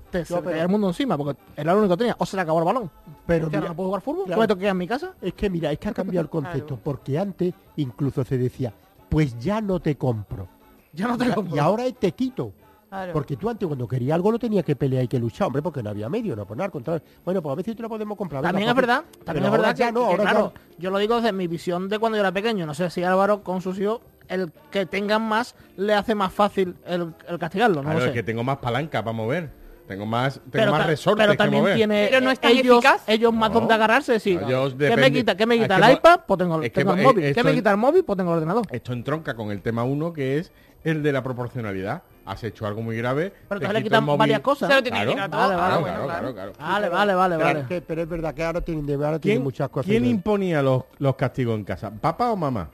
Te se No, te pero- caía el mundo encima, porque era lo único que tenía. O se le acabó el balón. Pero O sea, mira- no puedo jugar fútbol. claro. ¿Cómo me toqué en mi casa? Es que mira, es que ha cambiado el concepto, Claro. porque antes incluso se decía, pues ya no te compro. Ya no te compro. Y ahora es te quito. Claro. Porque tú antes cuando quería algo lo tenía que pelear y que luchar, hombre, porque no había medio, no, pues nada, al contrario. Bueno, pues a veces te lo podemos comprar. venga, También es pues, verdad, pero también es ahora verdad ya que, no, que, ahora ya claro, yo lo digo desde mi visión de cuando yo era pequeño. No sé si Álvaro con sus hijos, el que tengan más, le hace más fácil el, el castigarlo. No Claro, lo sé. es que tengo más palanca para mover. Tengo más, tengo pero, más ta- resortes pero que también mover. tiene Pero no es tan ellos, eficaz. ellos más No. donde agarrarse sí No, yo- ¿Qué depende. me quita? ¿Qué me Es quita que el mo- iPad? Pues tengo, es que tengo mo- el móvil. esto ¿Qué me es- quita el móvil? Pues tengo el ordenador. Esto entronca con el tema uno que es el de la proporcionalidad. Has hecho algo muy grave. Pero te entonces le quito el quitan móvil. varias cosas. Se lo ¿no? tiene Claro, que ir a todo. Vale, Ah, vale, bueno, claro, claro. claro, claro. Vale, vale, vale, Claro, vale. que- pero es verdad que ahora tienen, de- ahora tienen ¿Quién, muchas cosas. quién de- imponía los, los castigos en casa? ¿Papá o mamá?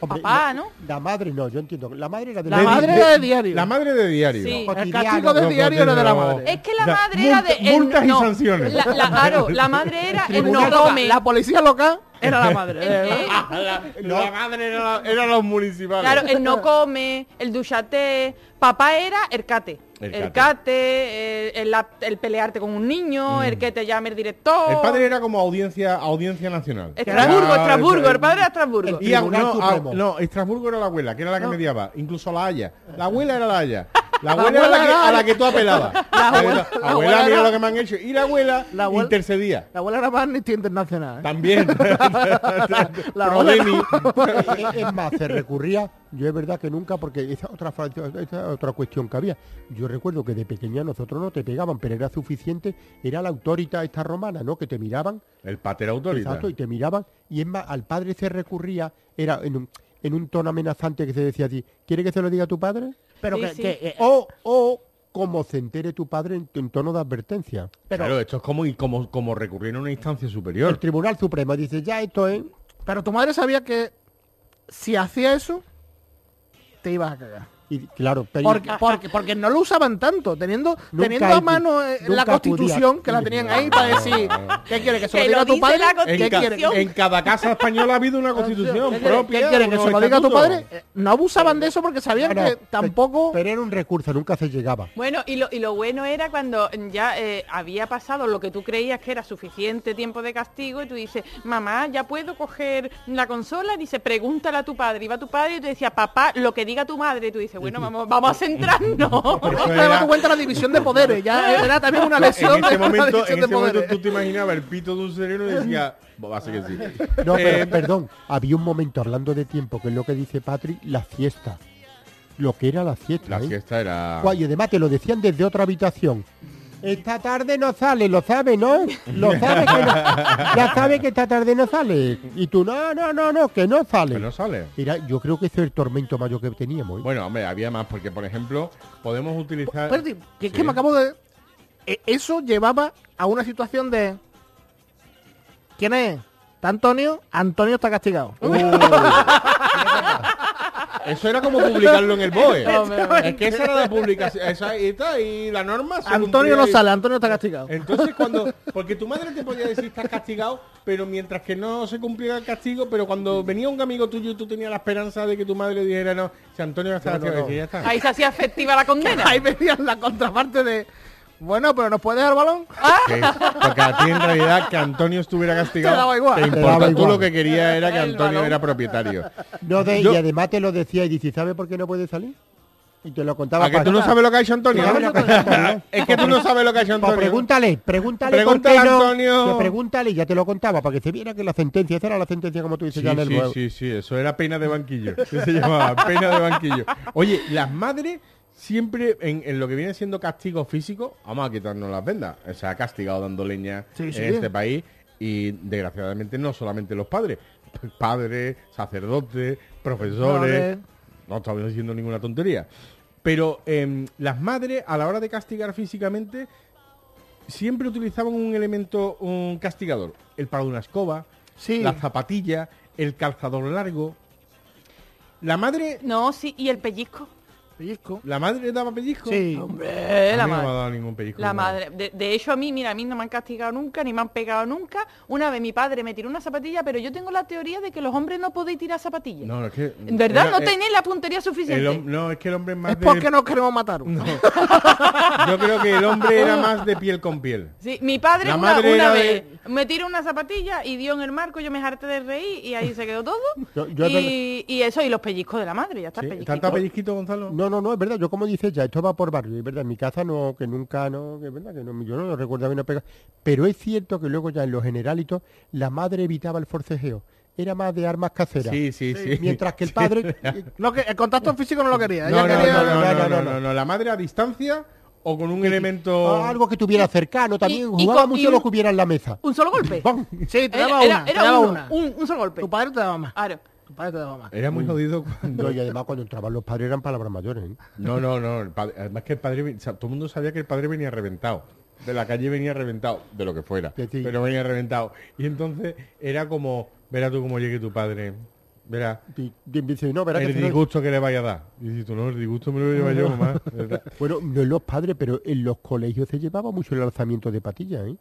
Hombre, Papá, la- ¿no? La madre no, yo entiendo. La madre era de La De- madre de- de diario. La madre de diario. Sí. El cotidiano, castigo Los- de los- diario era de la los- madre. Es que la Eh, O sea, madre era de... multa- multas y no. sanciones. La, la- claro, la madre era el no Tribunal come. local, La policía local era la madre. El- Eh, eh, Ah, La madre era, era los municipales. Claro, el no come, el duchate. Papá era el cate. El El, cate. cate, eh, el, el la- el pelearte con un niño, el que te llame el director. Mm. El padre era como audiencia audiencia nacional. Estrasburgo, Ya, Estrasburgo, eso- el padre era Estrasburgo. Y a- Tribunal no, a- Supremo. no, Estrasburgo era la abuela, que era la que mediaba, incluso la Haya. La abuela era la Haya. La La abuela era la abuela que, era- a la que tú apelabas. La abuela, la abuela mira era- lo que me han hecho. Y la abuela, La abuela- intercedía. La abuela era más Amnistía Internacional. ¿eh? También. La Pro abuela- Deni. es, Eh, es más, se recurría, yo es verdad que nunca, porque esa otra fra- esa es otra cuestión que había. Yo recuerdo que de pequeña nosotros no te pegaban, pero era suficiente, era la autorita esta romana, ¿no? Que te miraban, El pater autorita. exacto, y te miraban, y es más, al padre se recurría, era en un, en un tono amenazante que se decía así, ¿quiere que se lo diga a tu padre? Pero Sí, que, sí. que, eh, O, o como se entere tu padre en, en tono de advertencia. pero, claro, esto es como, y como, como recurrir a una instancia El superior. Tribunal Supremo dice, ya esto es... pero tu madre sabía que si hacía eso, te ibas a cagar. Y claro, pero Porque, porque, porque no lo usaban tanto, teniendo, Nunca teniendo hay- a mano eh, la nunca constitución podía- que la tenían ahí para decir, ¿qué quiere? ¿Que se lo Que diga lo a tu dice padre? ¿Qué la En, ca- quiere? Constitución. ¿Qué en cada casa española ha habido una constitución quiere? propia. ¿Qué quiere? ¿Que unos se lo diga a tu estatutos. padre? Eh, No abusaban de eso porque sabían Claro, que pe- tampoco... Pero era un recurso, nunca se llegaba. Bueno, y lo, y lo bueno era cuando ya eh, había pasado lo que tú creías que era suficiente tiempo de castigo y tú dices, mamá, ya puedo coger la consola, y dice, pregúntale a tu padre. Iba tu padre y te decía, papá, lo que diga tu madre. Y tú dices, bueno, vamos, vamos a centrarnos. Pero eso Te das era- cuenta la división de poderes, ya era también una en lección este de la momento, división en de este momento poderes. tú te imaginabas el pito de un sereno y decía, va a ser que sí. No, Eh, pero, perdón, había un momento hablando de tiempo, que es lo que dice Patrick, la fiesta. Lo que era la fiesta. La ¿eh? fiesta era... Guay, y además te lo decían desde otra habitación. Esta tarde no sale, lo sabe, ¿no? Lo sabe que no. Ya sabe que esta tarde no sale. Y tú, no, no, no, no, que no Pero sale. no sale. Mira, yo creo que ese es el tormento mayor que teníamos. ¿eh? Bueno, hombre, había más, porque por ejemplo, podemos utilizar... Espérate, que es Sí. que me acabo de... e- Eso llevaba a una situación de... ¿Quién es? ¿Está Antonio? Antonio está castigado. Eso era como publicarlo en el BOE. No, me- es que esa era la publicación. Esa, y, tal, y la norma... se Antonio cumplía no y- sale, Antonio está castigado. Entonces cuando... Porque tu madre te podía decir, estás castigado, pero mientras que no se cumpliera el castigo, pero cuando venía un amigo tuyo y tú tenías la esperanza de que tu madre dijera, no, si Antonio no está No, no, castigado, no. decía, ya está. Ahí se hacía efectiva la condena. Ahí venían la contraparte de... Bueno, pero ¿nos puedes dejar el balón? Que- porque a ti en realidad que Antonio estuviera castigado Te daba igual. te Te importa daba tú igual. lo que quería era que El Antonio balón. era propietario No de- Yo- Y además te lo decía y dice, ¿sabe por qué no puede salir? Y te lo contaba. ¿A que tú para- no sabes lo que ha hecho Antonio? Tú sabes lo que ha hecho Antonio. es que tú no sabes lo que ha hecho Pues Antonio pregúntale, pregúntale por Pregúntale qué no. Antonio. Que pregúntale, ya te lo contaba, para que se viera que la sentencia, esa era la sentencia como tú dices Sí, ya en el sí, juego. sí, sí, eso era pena de banquillo. Eso se llamaba pena de banquillo. Oye, las madres siempre en, en lo que viene siendo castigo físico, vamos a quitarnos las vendas. O sea, ha castigado dando leña Sí, sí. en este país y desgraciadamente no solamente los padres, padres, sacerdotes, profesores. Vale. No estamos diciendo ninguna tontería. Pero em, las madres a la hora de castigar físicamente siempre utilizaban un elemento un castigador. El palo de una escoba, Sí. la zapatilla, el calzador largo. La madre, No, sí, y el pellizco. Pellizco. la madre daba pellizco. Sí. Hombre, A la mí no me ha madre. dado ningún pellizco. La mi madre. madre. De, de hecho, a mí, mira, a mí no me han castigado nunca, ni me han pegado nunca. Una vez mi padre me tiró una zapatilla, pero yo tengo la teoría de que los hombres no podéis tirar zapatillas. No, es que. En verdad, era- no eh, tenéis la puntería el suficiente. hom- No, es que el hombre es más Es pues de. porque nos queremos matar. Yo creo que el hombre era más de piel con piel. Sí, mi padre La una, madre una era vez me tiró una zapatilla y dio en el marco, yo me harté de reír y ahí se quedó todo. Yo- yo es y, y eso, y los pellizcos de la madre, ya está. Sí, pellizquito. ¿Tanta pellizquito, Gonzalo? No, no, no, es verdad, yo como dices ya, esto va por barrio, es verdad, en mi casa no, que nunca, no, que es verdad, que no, yo no lo recuerdo haber pegado, pero es cierto que luego ya en los generalitos la madre evitaba el forcejeo, era más de armas caseras, Sí, sí, sí. mientras que el padre, eh, No, que el contacto físico no lo quería. No, no, Ella quería... no, no, no, no, no, no, no. no, no. La madre a distancia o con un elemento. Ah, algo que tuviera cercano, también y jugaba con- y mucho un- lo que hubiera en la mesa. Un solo golpe. ¡Pum! Sí, te Era- daba era- una. era te daba uno, una. Un, un solo golpe. Tu padre te daba más. Claro. Tu padre te daba más. Era muy jodido cuando No, y además cuando entraban los padres eran palabras mayores, ¿eh? No, no, no. el padre- además que el padre, ven- o sea, todo el mundo sabía que el padre venía reventado. De la calle venía reventado, de lo que fuera. De ti. Pero venía reventado. Y entonces era como, verá tú cómo llegue tu padre. Verá Y- y dice, no, verá que el se lo- disgusto que le vaya a dar. Y dices tú, no, el disgusto me lo lleva yo, mamá. Bueno, no en los padres, pero en los colegios se llevaba mucho el alzamiento de patilla, ¿eh?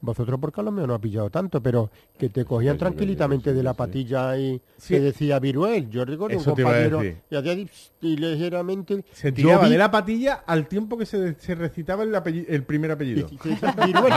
Vosotros por Carlos mío no ha pillado tanto, pero que te cogían Sí, sí, tranquilitamente sí, de la sí. patilla y Sí. te decía Viruel, yo recuerdo un Eso te iba a compañero decir. y hacía así, pss, y ligeramente Se yo tiraba vi- de la patilla al tiempo que se, de- se recitaba el, apelli- el primer apellido. y- y- y- Viruel.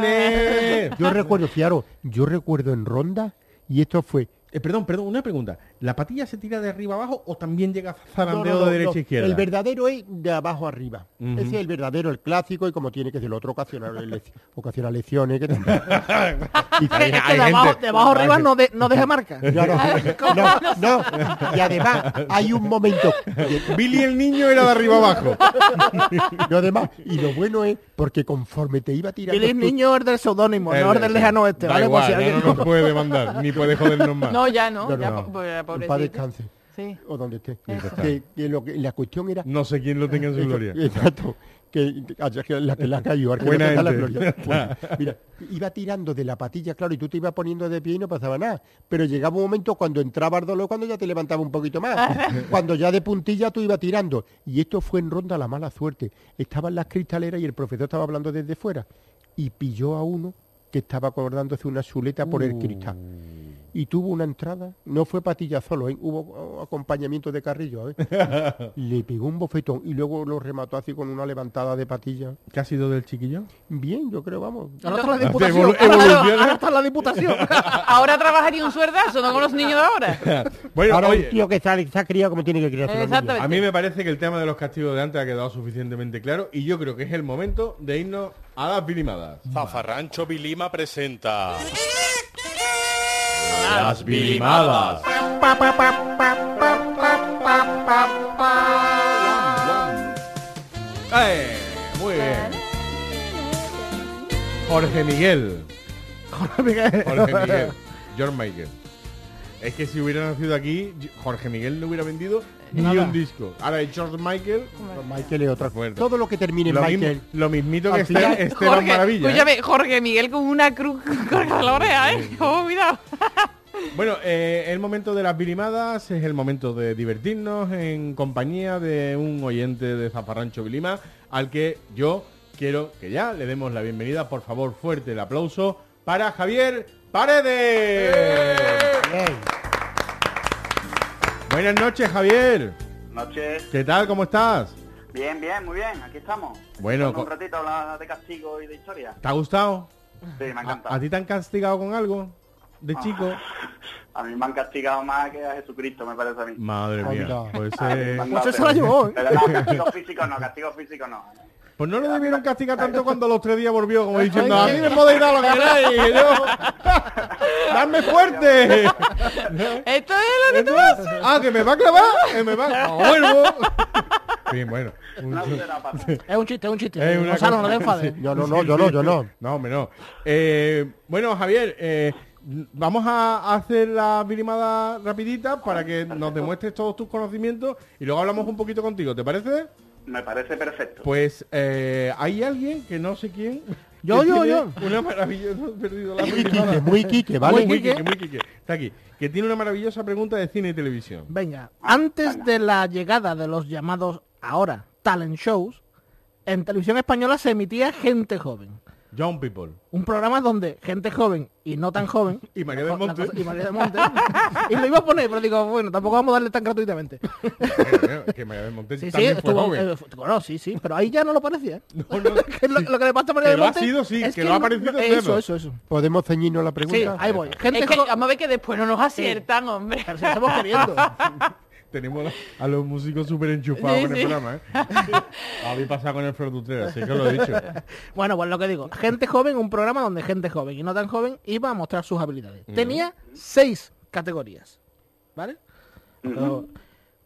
Martínez. Yo recuerdo, fiaros, yo recuerdo en Ronda y esto fue Eh, perdón, perdón, una pregunta. ¿La patilla se tira de arriba abajo o también llega No, no, zarandeo no, de derecha no. a izquierda? El verdadero es de abajo arriba. Ujú. Ese es el verdadero, el clásico, y como tiene que ser el otro, ocasiona, lec- ocasiona lecciones. Que tendrá. y, Es que de abajo, de abajo arriba no, de- no deja marca. No, no, no, no. Y además hay un momento. Billy el niño era de arriba abajo. No, además, y lo bueno es porque conforme te iba tirando. Billy es tú- niño es del seudónimo, no es del lejano oeste, este, Da ¿vale? Por igual, si no, alguien- no nos puede demandar, ni puede jodernos más. No, ya no. No, no, ya, no. po- po- en pobrecito. paz descanse. Sí. o donde esté. está. Que, que lo que, la cuestión era... No sé quién lo tenga en su Exa- gloria. Exacto. Que, que- a- que la que la cayó, al que Buena le toca la gente. gloria. Bueno, mira, iba tirando de la patilla, claro, y tú te ibas poniendo de pie y no pasaba nada. Pero llegaba un momento cuando entraba el dolor, cuando ya te levantaba un poquito más. cuando ya de puntilla tú ibas tirando. Y esto fue en ronda la mala suerte. Estaban las cristaleras y el profesor estaba hablando desde fuera. Y pilló a uno que estaba acordándose una chuleta por Uh. el cristal y tuvo una entrada, no fue patilla solo, ¿eh? hubo oh, acompañamiento de carrillo, ¿eh? le pegó un bofetón y luego lo remató así con una levantada de patilla. ¿Qué ha sido del chiquillo? Bien, yo creo, vamos. Ahora está la Te diputación. evolu- ahora- evoluciona. ahora está la diputación. Ahora trabajaría un suerdazo, no con los niños de ahora. Bueno, Ahora oye, un tío que sale- se ha criado como tiene que criarse. los niños. Exactamente. a mí me parece que el tema de los castigos de antes ha quedado suficientemente claro y yo creo que es el momento de irnos a las vilimadas. Zafarrancho Vilima presenta. Las vilimadas. Eh, muy bien. Jorge Miguel. Jorge Miguel. Jorge Miguel. George Michael. Es que si hubiera nacido aquí, Jorge Miguel no hubiera vendido ni Nada. un disco. Ahora es George Michael. Michael es otra Bueno. Todo lo que termine en Lo, mismo- Michael. lo mismito que Al final, este, Esteban Jorge, pues Maravilla. ¿eh? escúchame, Jorge Miguel con una cruz con la oreja, ¿eh? Oh, cuidado. Bueno, eh, el momento de las vilimadas es el momento de divertirnos en compañía de un oyente de Zafarrancho Vilima al que yo quiero que ya le demos la bienvenida. Por favor, fuerte el aplauso para Javier Paredes. Bien. Buenas noches, Javier. Noches. ¿Qué tal? ¿Cómo estás? Bien, bien, muy bien, aquí estamos. Bueno, Dando co- un ratito hablar de castigo y de historia. ¿Te ha gustado? Sí, me Ah. ¿A, encanta. a ti te han castigado con algo? ¿De chico? A mí me han castigado más que a Jesucristo, me parece a mí. Madre mía. Anda. Pues, A mí me eh, han Usted dado se la pena. llevó, ¿eh? Pero no, castigo físico no, castigo físico no. pues no lo debieron castigar tanto cuando a los tres días volvió, como diciendo, a mí me podéis dar lo que queráis. que yo- ¡Dadme fuerte! Esto es lo que tú Ah, que me va a clavar, que me va a vuelvo. Bien, bueno. Un- No se la pasa. Es un chiste, es un chiste. Es una Gonzalo, cosa- no te enfades. Yo no, no, yo no, yo no. No, hombre, no. Eh, bueno, Javier, eh, vamos a hacer la virimada rapidita para que nos demuestres todos tus conocimientos y luego hablamos un poquito contigo, ¿te parece? Me parece perfecto. Pues eh, hay alguien que no sé quién. Yo, que yo, tiene yo. Una maravillosa. he perdido la Muy virimada. Quique, muy Quique, ¿vale? Muy Quique, muy Quique. Está aquí. Que tiene una maravillosa pregunta de cine y televisión. Venga, antes de la llegada de los llamados ahora talent shows, en televisión española se emitía Gente Joven. Young People. Un programa donde gente joven y no tan joven. Y María del la Monte. cosa- y María del Monte. y lo iba a poner, pero digo, bueno, tampoco vamos a darle tan gratuitamente. Bueno, que María del Monte Sí, sí, también fue estuvo- joven. eh, fue- bueno, sí, sí, pero ahí ya no lo parecía. ¿eh? No, no, Que lo, lo que le pasa a María Que del lo ha Monte. sido, sí, es que lo ha no- parecido, no- Eso, claro. eso, eso. ¿Podemos ceñirnos la Sí, pregunta? ahí voy. Gente Es que, jo- vamos a ver que después no nos aciertan, hombre. Pero si estamos queriendo. Tenemos a los músicos súper enchufados Sí, en el sí. programa, ¿eh? Habéis pasado con el Flor Dutrera, así que os lo he dicho. Bueno, pues lo que digo, gente joven, un programa donde gente joven y no tan joven iba a mostrar sus habilidades. Tenía seis categorías, ¿vale? Pero,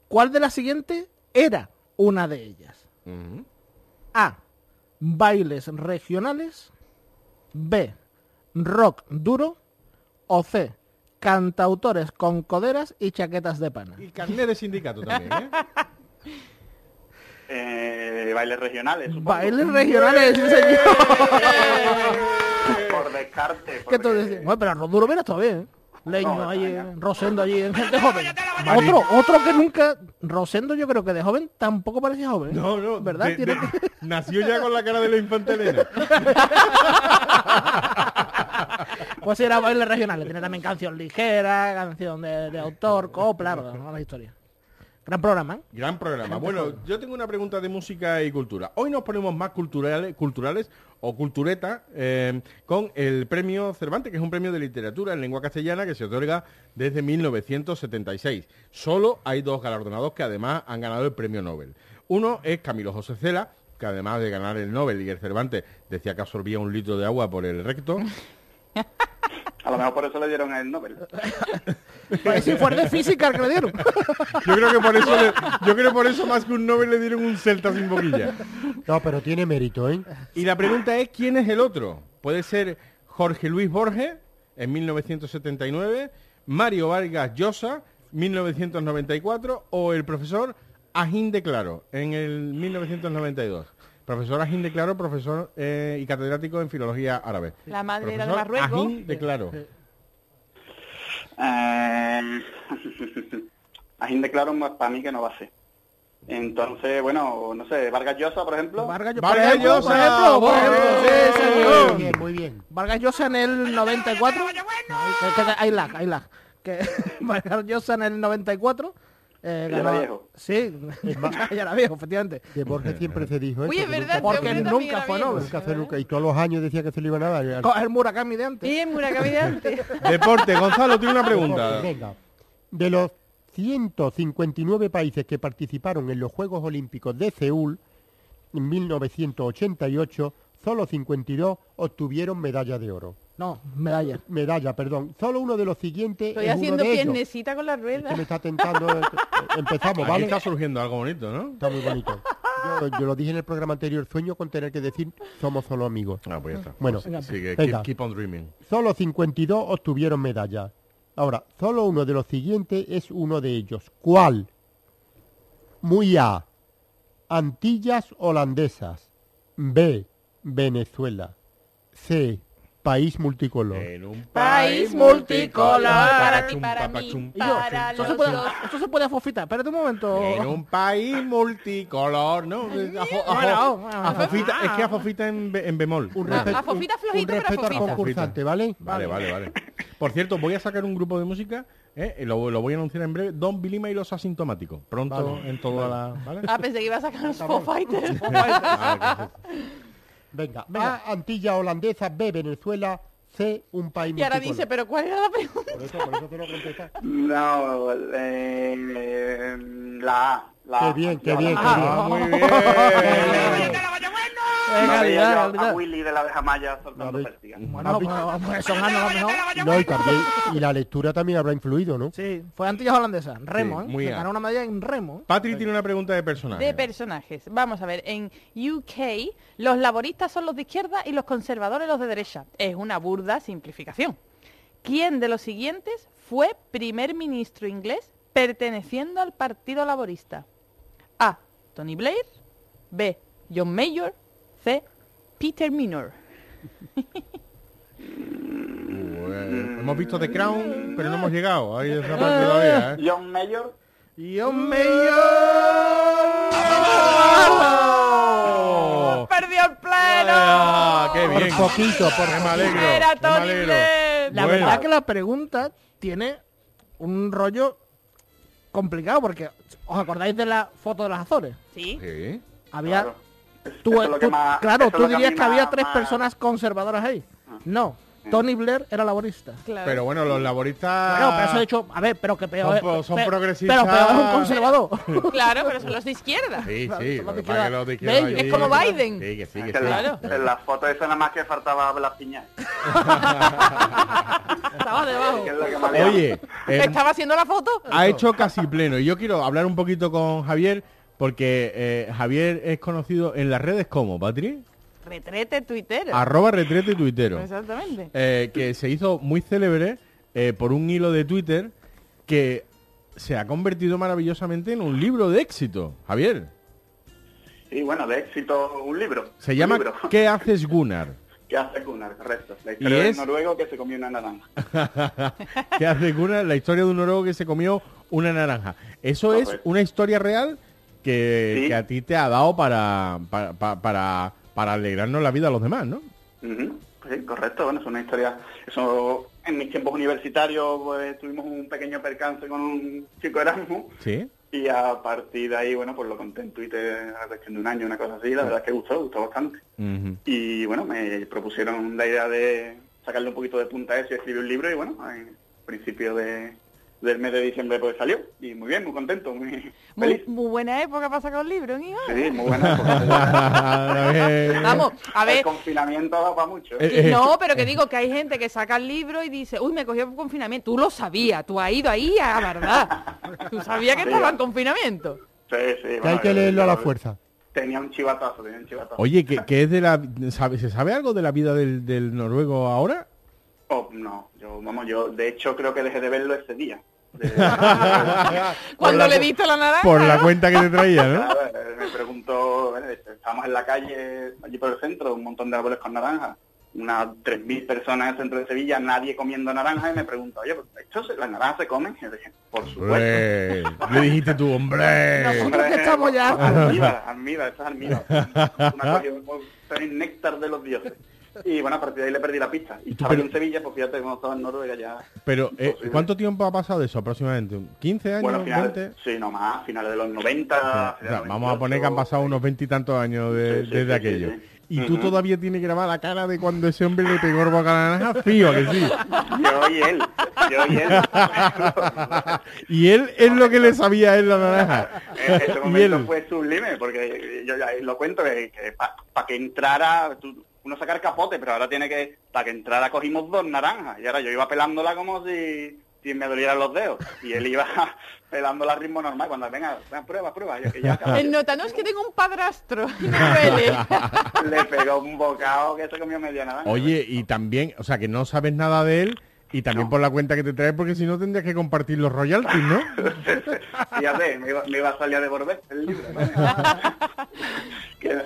¿Cuál de las siguientes era una de ellas? A. Bailes regionales. B. Rock duro. O C. Cantautores con coderas y chaquetas de pana. Y carnet de sindicato también, ¿eh? Eh, bailes regionales. supongo. Bailes regionales, sí, señor. Por descarte. ¿Qué porque- tú dices? Bueno, pero a Roduro mira todavía, ¿eh? Leño No, ahí, venga. eh, Rosendo allí, eh, gente joven. Otro, otro que nunca... Rosendo yo creo que de joven tampoco parecía joven. ¿eh? No, no. ¿Verdad? de- Tiene de- que- Nació ya con la cara de la infanta Elena. Pues sí, era bailes regionales. Tiene también canción ligera, canción de, de autor, copla, no, la historia. Gran programa, ¿eh? Gran programa. Bueno, yo tengo una pregunta de música y cultura. Hoy nos ponemos más culturales, culturales o cultureta eh, con el premio Cervantes, que es un premio de literatura en lengua castellana que se otorga desde 1976. Solo hay dos galardonados que además han ganado el premio Nobel. Uno es Camilo José Cela, que además de ganar el Nobel y el Cervantes decía que absorbía un litro de agua por el recto. A lo mejor por eso le dieron el Nobel. Pues si fuera de física el que le dieron. Yo creo que por eso, le- yo creo que por eso más que un Nobel le dieron un celta sin boquilla. No, pero tiene mérito, ¿eh? Y la pregunta es, ¿quién es el otro? Puede ser Jorge Luis Borges, en 1979, Mario Vargas Llosa, 1994 o el profesor Ajín de Claro en el 1992. Profesor Ajín de Claro, profesor eh, y catedrático en filología árabe. La madre era de Profesor Marruecos. Ajín de Claro. Eh, Ajín de Claro para mí que no va a ser. Entonces, bueno, no sé, Vargas Llosa, por ejemplo. Vargas, Vargas por ejemplo, por Llosa, ejemplo, por ¡Vamos! ejemplo, sí, señor. Muy bien, muy bien. Vargas Llosa en el 94. Ay, que- que- Hay lag, hay lag. Que Vargas Llosa en el 94. Eh, Ya era ganó- viejo. Sí, ya, ya era viejo, efectivamente. Que Borges siempre se dijo eso. Uy, es que verdad, nunca- este Porque hombre también nunca era fue viejo. Nobel. nunca se nunca. Y todos los años decía que se le iba a dar. al- Co- El Murakami de antes. Y en Murakami de antes. Deporte, Gonzalo, tiene una pregunta. Venga. De los 159 países que participaron en los Juegos Olímpicos de Seúl en 1988, solo 52 obtuvieron medalla de oro. No, medalla. Medalla, perdón. Solo uno de los siguientes Estoy es haciendo uno de ellos. piernecita con las Es que ruedas. me está tentando. eh, Empezamos, Aquí ¿vale? está surgiendo algo bonito, ¿no? Está muy bonito. Yo, yo lo dije en el programa anterior, sueño con tener que decir somos solo amigos. Ah, pues ya está. Bueno, sigue, keep- venga. keep on dreaming. Solo 52 obtuvieron medalla. Ahora, solo uno de los siguientes es uno de ellos. ¿Cuál? Muy A. Antillas holandesas. B. Venezuela. C. País multicolor. En un País multicolor. Para ti, Pachum, para mí. papachum. Y yo, Para eso, se los puede, dos. eso se puede afofitar. Espérate un momento. Eh, En un país multicolor, ¿no? Ajo- ajo- Bueno, bueno. afofita- es que afofita en, be- en bemol. Un Ah, respeto- a Fofita un- un flojito, pero a respeto al Fofita. concursante, ¿vale? Vale, vale, vale. Por cierto, voy a sacar un grupo de música, ¿eh? Y lo, lo voy a anunciar en breve, Don Bilima y los asintomáticos. Pronto Vale, en toda la... ¿vale? Ah, pensé que iba a sacar los Foo Fighters. Vale, que- Venga, A. Antillas holandesas. B. Venezuela. C. Un país Y ahora multicolor. dice, pero ¿cuál era la pregunta? Por eso, por eso te lo contestas. No, eh, eh, la A. La Qué A, bien, qué la bien, A. qué bien. Ah, muy bien. Eh, No veía calidad, yo a calidad. Willy de la de Jamaya soltando Vale. pértigas. Bueno, pues, pues, son ganas a lo Ah, mejor. No, y, también, y la lectura también habrá influido, ¿no? Sí, fue Antillas Holandesa. Remo, Sí, ¿eh? muy Se A. ganó una medalla en remo. ¿eh? Patri tiene una pregunta de personaje. De personajes. Vamos a ver, en UK los laboristas son los de izquierda y los conservadores los de derecha. Es una burda simplificación. ¿Quién de los siguientes fue primer ministro inglés perteneciendo al Partido Laborista? A. Tony Blair. B. John Mayor. C. Peter Minor. Uh, eh, hemos visto The Crown, pero no hemos llegado. Ahí esa parte todavía, ¿eh? John Mayor. Dios ¡Oh! ¡Ah, mío. ¡Perdió el Ah, ¡Qué pleno! bien! Por poquito, por me alegro, Era me Tony alegro. Blair. La Bueno. verdad que la pregunta tiene un rollo complicado porque os acordáis de la foto de las Azores. Sí. Sí. Había Claro. tú- Eso es lo que tú- más- claro, eso es tú lo que a dirías mí que había más- tres más- Ah. Mm. personas conservadoras ahí. No, Tony Blair era laborista. Claro. Pero bueno, los laboristas... Bueno, pero eso de hecho, a ver, pero que peor Son pro- son pe- progresistas. Pero peor es un conservador. Claro, pero son los de izquierda. Sí, Claro, sí, son los de lo que pasa es que izquierda. los de izquierda Bello. allí- Es como Biden. Sí, que sí, que sí. Que en, la, Claro. en la foto esa nada más que faltaba las piñas. Estaba debajo. Que es lo que más le Oye, eh, Estaba haciendo la foto. ha hecho casi pleno. Y yo quiero hablar un poquito con Javier, porque eh, Javier es conocido en las redes como, Patri, Retrete Twitter. arroba retrete y tuitero. Exactamente. eh, que se hizo muy célebre eh, por un hilo de Twitter que se ha convertido maravillosamente en un libro de éxito, Javier. Y bueno, de éxito un libro. Se Un llama libro. ¿Qué haces Gunnar? ¿Qué hace Gunnar? Correcto. La Y historia del es- noruego que se comió una naranja. ¿Qué haces Gunnar? La historia de un noruego que se comió una naranja. Eso es Correcto. una historia real que, Sí. que a ti te ha dado para, para, pa- para, para alegrarnos la vida a los demás, ¿no? Ujú, Sí, correcto, bueno, es una historia. Eso, en mis tiempos universitarios pues, tuvimos un pequeño percance con un chico Erasmus Sí. y a partir de ahí, bueno, pues lo conté en Twitter a cuestión de un año, una cosa así, la verdad es que gustó, gustó bastante. Ujú. Y bueno, me propusieron la idea de sacarle un poquito de punta a eso y escribir un libro y bueno, en principio de, del mes de diciembre pues salió y muy bien, muy contento, muy Muy, feliz. muy buena época para sacar un libro, ¿no? Sí, muy buena. época. A ver. Vamos, a El ver. confinamiento va para mucho. Eh, ¿eh? y- No, pero que digo que hay gente que saca el libro y dice, uy, me cogió en confinamiento. Tú lo sabías, tú has ido ahí a verdad. Tú sabías que estaba en confinamiento. Sí, sí, Que hay bueno, eh, que leerlo a la yo- fuerza. Tenía un chivatazo, tenía un chivatazo. Oye, que, que es de la... ¿sabe- ¿Se sabe algo de la vida del, del noruego ahora? Oh, no, yo, vamos, yo de hecho creo que dejé de verlo ese día. de- Cuando Por la- le diste la naranja. Por la ¿no? cuenta que te traía, ¿no? Nada, eh, me preguntó, bueno, estábamos en la calle, allí por el centro, un montón de árboles con naranja, unas 3.000 personas en el centro de Sevilla, nadie comiendo naranja, y me preguntó, oye, pues, ¿esto se- ¿las naranjas se comen? Y yo dije, por supuesto. eh, Hombre, Eh, le dijiste tú, hombre. Nosotros que Pues, estamos ya- pues, Almíbar, almíbar, esto es almíbar. Una cosa, yo, como, esto es néctar de los dioses. Y bueno, a partir de ahí le perdí la pista. Y estaba pero- en Sevilla, pues fíjate cómo estaba en Noruega ya. Pero, eh, ¿cuánto tiempo ha pasado de eso aproximadamente? ¿15 Bueno, años? finales, ¿20? sí, no más, finales de los O 90. sea, finales de los vamos a poner que han 98. pasado unos veintitantos años de, Sí, sí, desde sí, aquello. sí, sí. Y tú Ujú. todavía tienes grabada la cara de cuando ese hombre le pegó el boca a la naranja, fío que sí. Yo y él, yo y él. y él es lo que le sabía a él la naranja. Eh, ese y momento él, fue sublime, porque yo ya lo cuento, eh, que, para que entrara, tú- uno sacar capote, pero ahora tiene que, para que entrara cogimos dos naranjas, y ahora yo iba pelándola como si, si me dolieran los dedos, y él iba pelándola al ritmo normal, cuando venga, venga, prueba, prueba, yo que ya acabé. El notano es que tengo un padrastro y me duele. le pegó un bocado que se comió media naranja. oye, y también, o sea, que no sabes nada de él y también por la cuenta que te traes, porque si no tendrías que compartir los royalties, ¿no? Fíjate, me iba, me iba a salir a devolver el libro. ¿no? Que-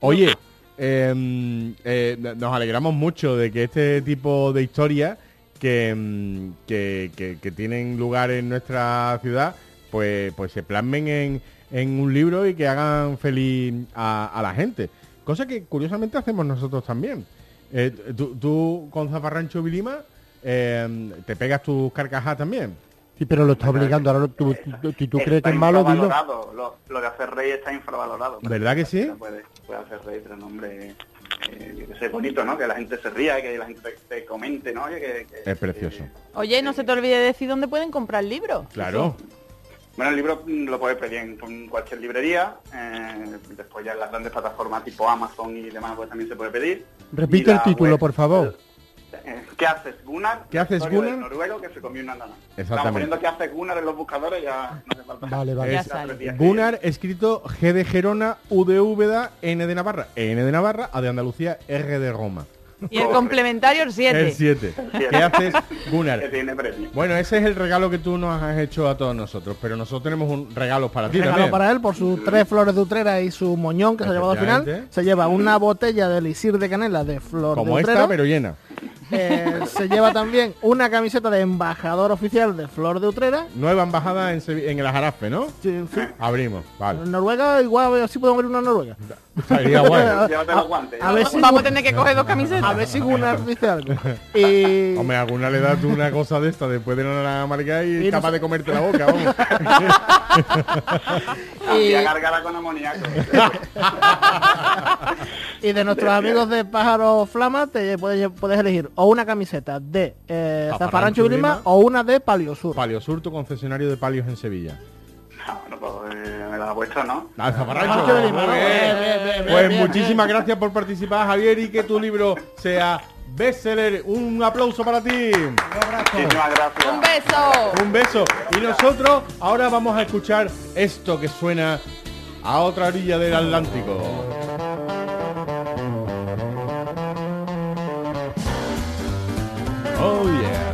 Oye, em, eh, nos alegramos mucho de que este tipo de historias que, em, que, que- que tienen lugar en nuestra ciudad, pues, pues se plasmen en, en un libro y que hagan feliz a, a la gente. Cosa que curiosamente hacemos nosotros también. Eh, tú, tú con Zafarrancho Vilima em, te pegas tus carcajadas también. Sí, pero lo está obligando. Ahora, tú, tú- si tú Eh, está crees que es malo, dilo. infravalorado, Lo, lo de hacer rey está infravalorado. ¿Verdad que sí? Se Puede, puede hacer rey, pero no, hombre, eh, yo qué sé, bonito, ¿no? Que la gente se ría, que la gente te, te comente, ¿no? Oye, que, que- Es precioso. que- Oye, no se te olvide decir dónde pueden comprar libros. Claro. Bueno, el libro mm, lo puedes pedir en con cualquier librería, eh, después ya en las grandes plataformas tipo Amazon y demás, pues también se puede pedir. Repite Y la el título, web- por favor. Eh, ¿Qué haces, Gunnar? ¿Qué haces, Historia del Gunnar? noruego que se comió una nana. Exactamente. Estamos poniendo qué haces, Gunnar en los buscadores, ya no hace falta. Vale, vale. Ya Ya sale. tres días que- Gunnar, escrito G de Gerona, U de Úbeda, N de Navarra, N de Navarra, A de Andalucía, R de Roma. Y el complementario el 7. El 7. siete. ¿Qué haces, que Gunnar? tiene premio. Bueno, ese es el regalo que tú nos has hecho a todos nosotros, pero nosotros tenemos un regalo para ti Regalo también. para él por sus tres flores de Utrera y su moñón que se ha llevado al final. Efectivamente. Se lleva una botella de elixir de canela de flor Como de esta, Utrera. pero llena. Eh, se lleva también una camiseta de embajador oficial de flor de Utrera. Nueva embajada en, Sevi- en el Ajarafe, ¿no? Sí, En fin, Abrimos, vale. en Noruega igual a ver si podemos ver una en Noruega. Estaría guay. Llévate los guantes. A ver si Vamos a tener que coger dos camisetas. a ver si Gunnar dice algo. Y Hombre, alguna le das tú una cosa de esta después de una naranja amarga y, Y es capaz nos- de comerte la boca, vamos. Hacía gárgara con amoníaco. Y de nuestros amigos de Pájaro Flama te puedes, puedes elegir o una camiseta de eh, Zafarrancho Zafarrancho Grima Grima. o una de Paliosur. Paliosur, tu concesionario de palios en Sevilla. Ah, bueno, pues eh, me la ha puesto, ¿no? Ah, Zafarrancho, Zafarrancho Grima, muy ¿no? bien. Bien, bien, bien, bien, Pues bien. muchísimas gracias por participar, Javier, y que tu libro sea bestseller. Un aplauso para ti. Muchísimas gracias. Un beso. Un beso. Y nosotros ahora vamos a escuchar esto que suena a otra orilla del Atlántico. Oh yeah.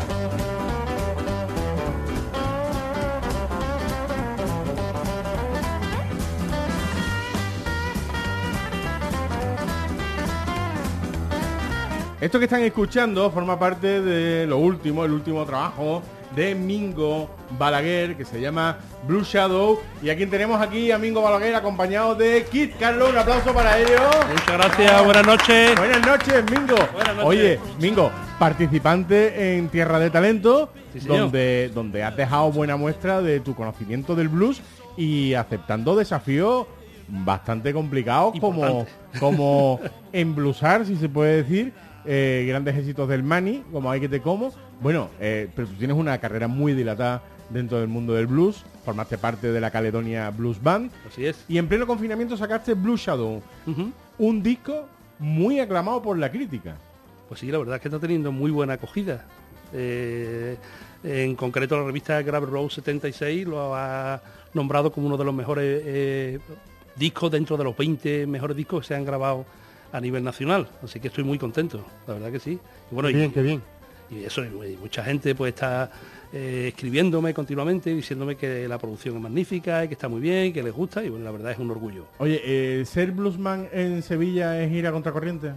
Esto que están escuchando forma parte de lo último, el último trabajo de Mingo Balaguer, que se llama Blue Shadow. Y a quien tenemos aquí, a Mingo Balaguer, acompañado de Kit Carlos. Un aplauso para ellos. Muchas gracias, buenas noches. Buenas noches, Mingo. Buenas noches. Oye, Mingo, participante en Tierra de Talento, Sí, señor. donde, donde has dejado buena muestra de tu conocimiento del blues y aceptando desafíos bastante complicados como, como emblusar, si se puede decir, eh, grandes éxitos del Mani, como hay que te como. Bueno, eh, pero tú tienes una carrera muy dilatada dentro del mundo del blues, formaste parte de la Caledonia Blues Band Así es. y en pleno confinamiento sacaste Blue Shadow, Ujú. un disco muy aclamado por la crítica. Pues sí, la verdad es que está teniendo muy buena acogida. Eh, en concreto, la revista Grab Road 76 lo ha nombrado como uno de los mejores eh, discos dentro de los 20 mejores discos que se han grabado a nivel nacional. Así que estoy muy contento, la verdad que sí. Y bueno, y- Bien, qué bien. Y eso, y mucha gente pues está eh, escribiéndome continuamente, diciéndome que la producción es magnífica, y que está muy bien, que les gusta, y bueno, la verdad es un orgullo. Oye, eh, ¿ser bluesman en Sevilla es ir a contracorriente?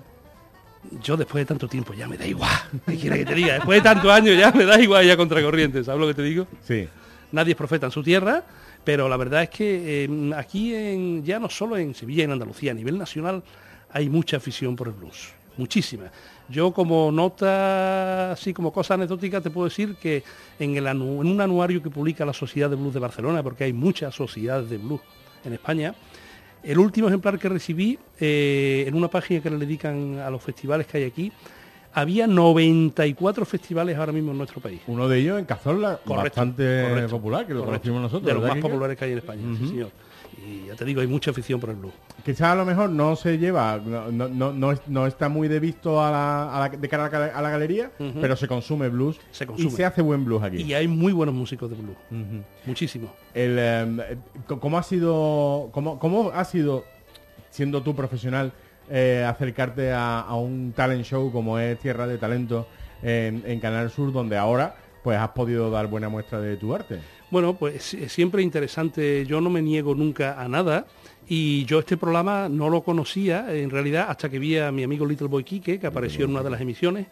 Yo después de tanto tiempo ya me da igual, ¿qué quiera que te diga? Después de tantos años ya me da igual ya contracorriente, ¿sabes lo que te digo? Sí. nadie es profeta en su tierra, pero la verdad es que eh, aquí en- ya no solo en Sevilla, en Andalucía, a nivel nacional hay mucha afición por el blues, muchísima. Yo como nota, así como cosa anecdótica, te puedo decir que en, el anu- en un anuario que publica la Sociedad de Blues de Barcelona, porque hay muchas sociedades de blues en España, el último ejemplar que recibí eh, en una página que le dedican a los festivales que hay aquí, había 94 festivales ahora mismo en nuestro país. Uno de ellos en Cazorla, Correcto, bastante correcto, popular, que lo correcto. conocimos nosotros. De los ¿verdad, más Quique? populares que hay en España, sí, señor. Y ya te digo, hay mucha afición por el blues. Quizás a lo mejor no se lleva, no, no- no- no es- no está muy de visto a la, a la- de cara a la, a la galería, Ujú. pero se consume blues Se consume. y se hace buen blues aquí. Y hay muy buenos músicos de blues. Ujú. Muchísimos. El, em, eh, co- ¿Cómo ha sido, cómo, cómo ha sido, siendo tú profesional, eh, acercarte a, a un talent show como es Tierra de Talento en, en Canal Sur, donde ahora pues has podido dar buena muestra de tu arte? Bueno, pues sí, es siempre interesante. Yo no me niego nunca a nada. Y yo este programa no lo conocía, en realidad, hasta que vi a mi amigo Little Boy Quique, que apareció en una de las emisiones.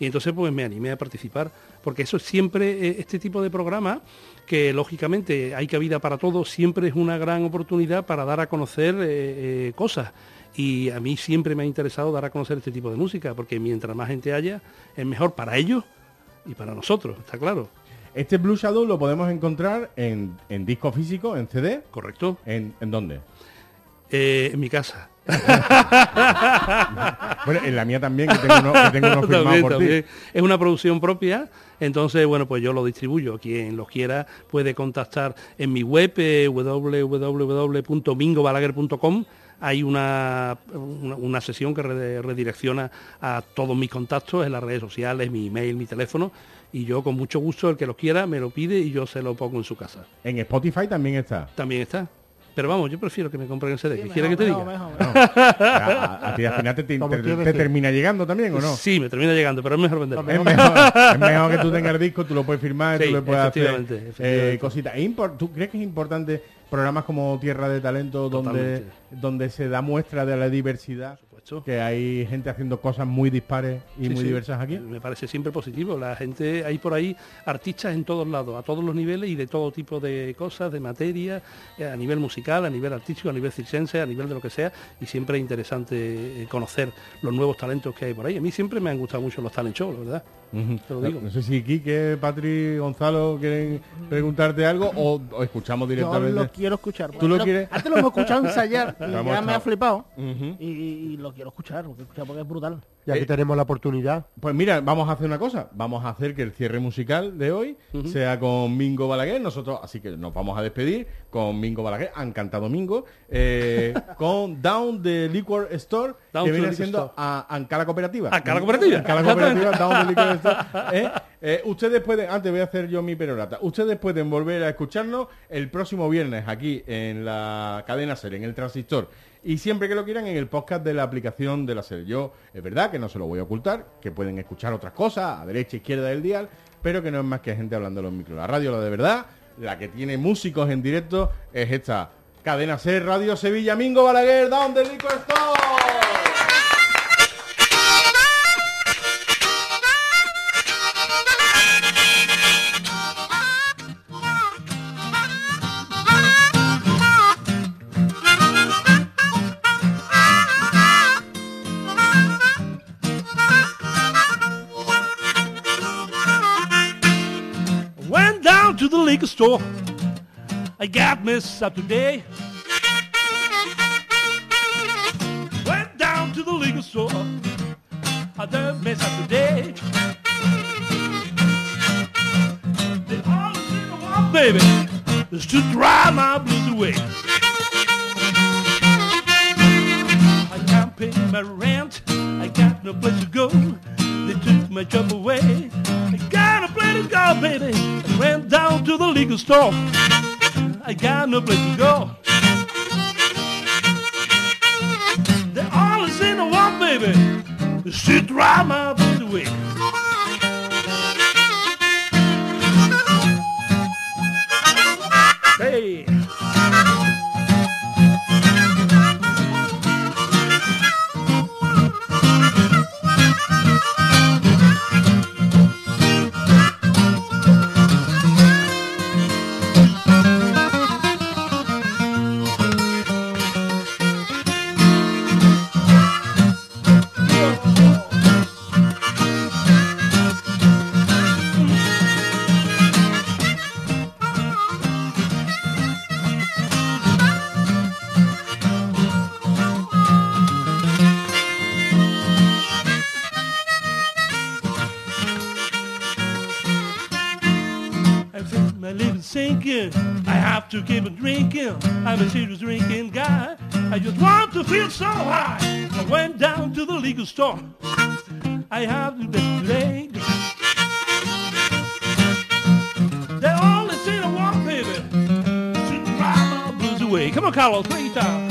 Y entonces pues me animé a participar. Porque eso siempre, eh, este tipo de programa, que lógicamente hay cabida para todo, siempre es una gran oportunidad para dar a conocer eh, eh, cosas. Y a mí siempre me ha interesado dar a conocer este tipo de música, porque mientras más gente haya, es mejor para ellos y para nosotros, está claro. Este Blue Shadow lo podemos encontrar en, en disco físico, en CD, ¿Correcto? ¿en, en dónde? Eh, en mi casa. Bueno, en la mía también, que tengo uno, que tengo uno firmado También, por ti. también. Es una producción propia, entonces, bueno, pues yo lo distribuyo. Quien lo quiera puede contactar en mi web, eh, www.mingobalaguer.com. Hay una, una, una sesión que re- redirecciona a todos mis contactos en las redes sociales, mi email, mi teléfono, y yo con mucho gusto, el que lo quiera, me lo pide y yo se lo pongo en su casa. En Spotify también está. También está. Pero vamos, yo prefiero que me compren el CD. Sí, ¿Qué mejor, quiere que te mejor, diga? mejor, mejor. No. A, a ti al final te, te- Como te- quiere te decir. termina llegando también, ¿o no? Sí, me termina llegando, pero es mejor venderlo. Es mejor, es mejor que tú tengas el disco, tú lo puedes firmar, Sí, tú le puedes hacer efectivamente, eh, efectivamente. cositas. Es impor- ¿Tú crees que es importante programas como Tierra de Talento donde, Totalmente. donde se da muestra de la diversidad? supuesto. Que hay gente haciendo cosas muy dispares y Sí, muy sí. Eh, diversas aquí. Me parece siempre positivo. La gente, hay por ahí artistas en todos lados, a todos los niveles y de todo tipo de cosas, de materia, eh, a nivel musical, a nivel artístico, a nivel circense, a nivel de lo que sea. Y siempre es interesante eh, conocer los nuevos talentos que hay por ahí. A mí siempre me han gustado mucho los talent shows, la verdad. Te lo No- digo. No sé si Quique, Patri, Gonzalo quieren preguntarte algo o, o escuchamos Yo directamente. lo quiero escuchar. ¿Tú lo Antes quieres? Antes lo hemos escuchado ensayar y Lo hemos ya me ha estado- flipado. Ujú. y, y lo quiero escuchar, lo quiero escuchar porque es brutal. Ya que Eh, tenemos la oportunidad. Pues mira, vamos a hacer una cosa. Vamos a hacer que el cierre musical de hoy sea con Mingo Balaguer. Nosotros, así que nos vamos a despedir con Mingo Balaguer. Han cantado Mingo. eh, con Down the Liquor Store, Down que viene to the Liquor siendo Store. a Ancala Cooperativa. Ancala Cooperativa. Ancala Cooperativa, Down the Liquor Store. ¿eh? Eh, ustedes pueden, antes voy a hacer yo mi perorata. Ustedes pueden volver a escucharnos el próximo viernes aquí en la cadena SER, en el transistor. Y siempre que lo quieran en el podcast de la aplicación de la SER. Yo, es verdad que no se lo voy a ocultar, que pueden escuchar otras cosas, a derecha, izquierda del dial, pero que no es más que gente hablando en los micros. La radio, la de verdad, la que tiene músicos en directo, es esta. Cadena SER, Radio Sevilla, Mingo Balaguer, Down the Liquor Store. Went down to the liquor store. I got me up today. Went down to the liquor store. I done mess up today. They all seem to want, baby, is to drive my blues away. I can't pay my rent. I got no place to go. They took my job away. I got no place to go, baby. I went down to the liquor store. I got no place to go. They all is in the one, baby. She drive my blues away. drinking. I have to keep on drinking. I'm a serious drinking guy. I just want to feel so high. I went down to the liquor store. I have to get drink. They only see the one, baby. To drive my blues away. Come on, Carlos, play guitar.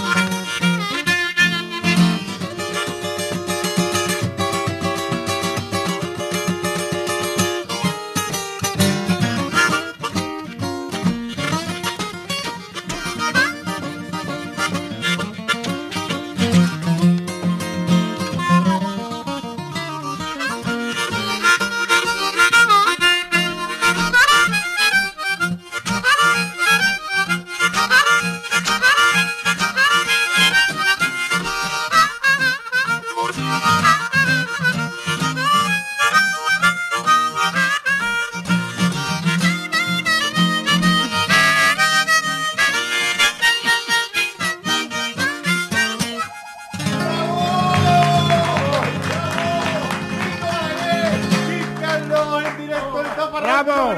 ¡Bravo!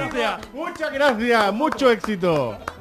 Muchas gracias, mucho éxito.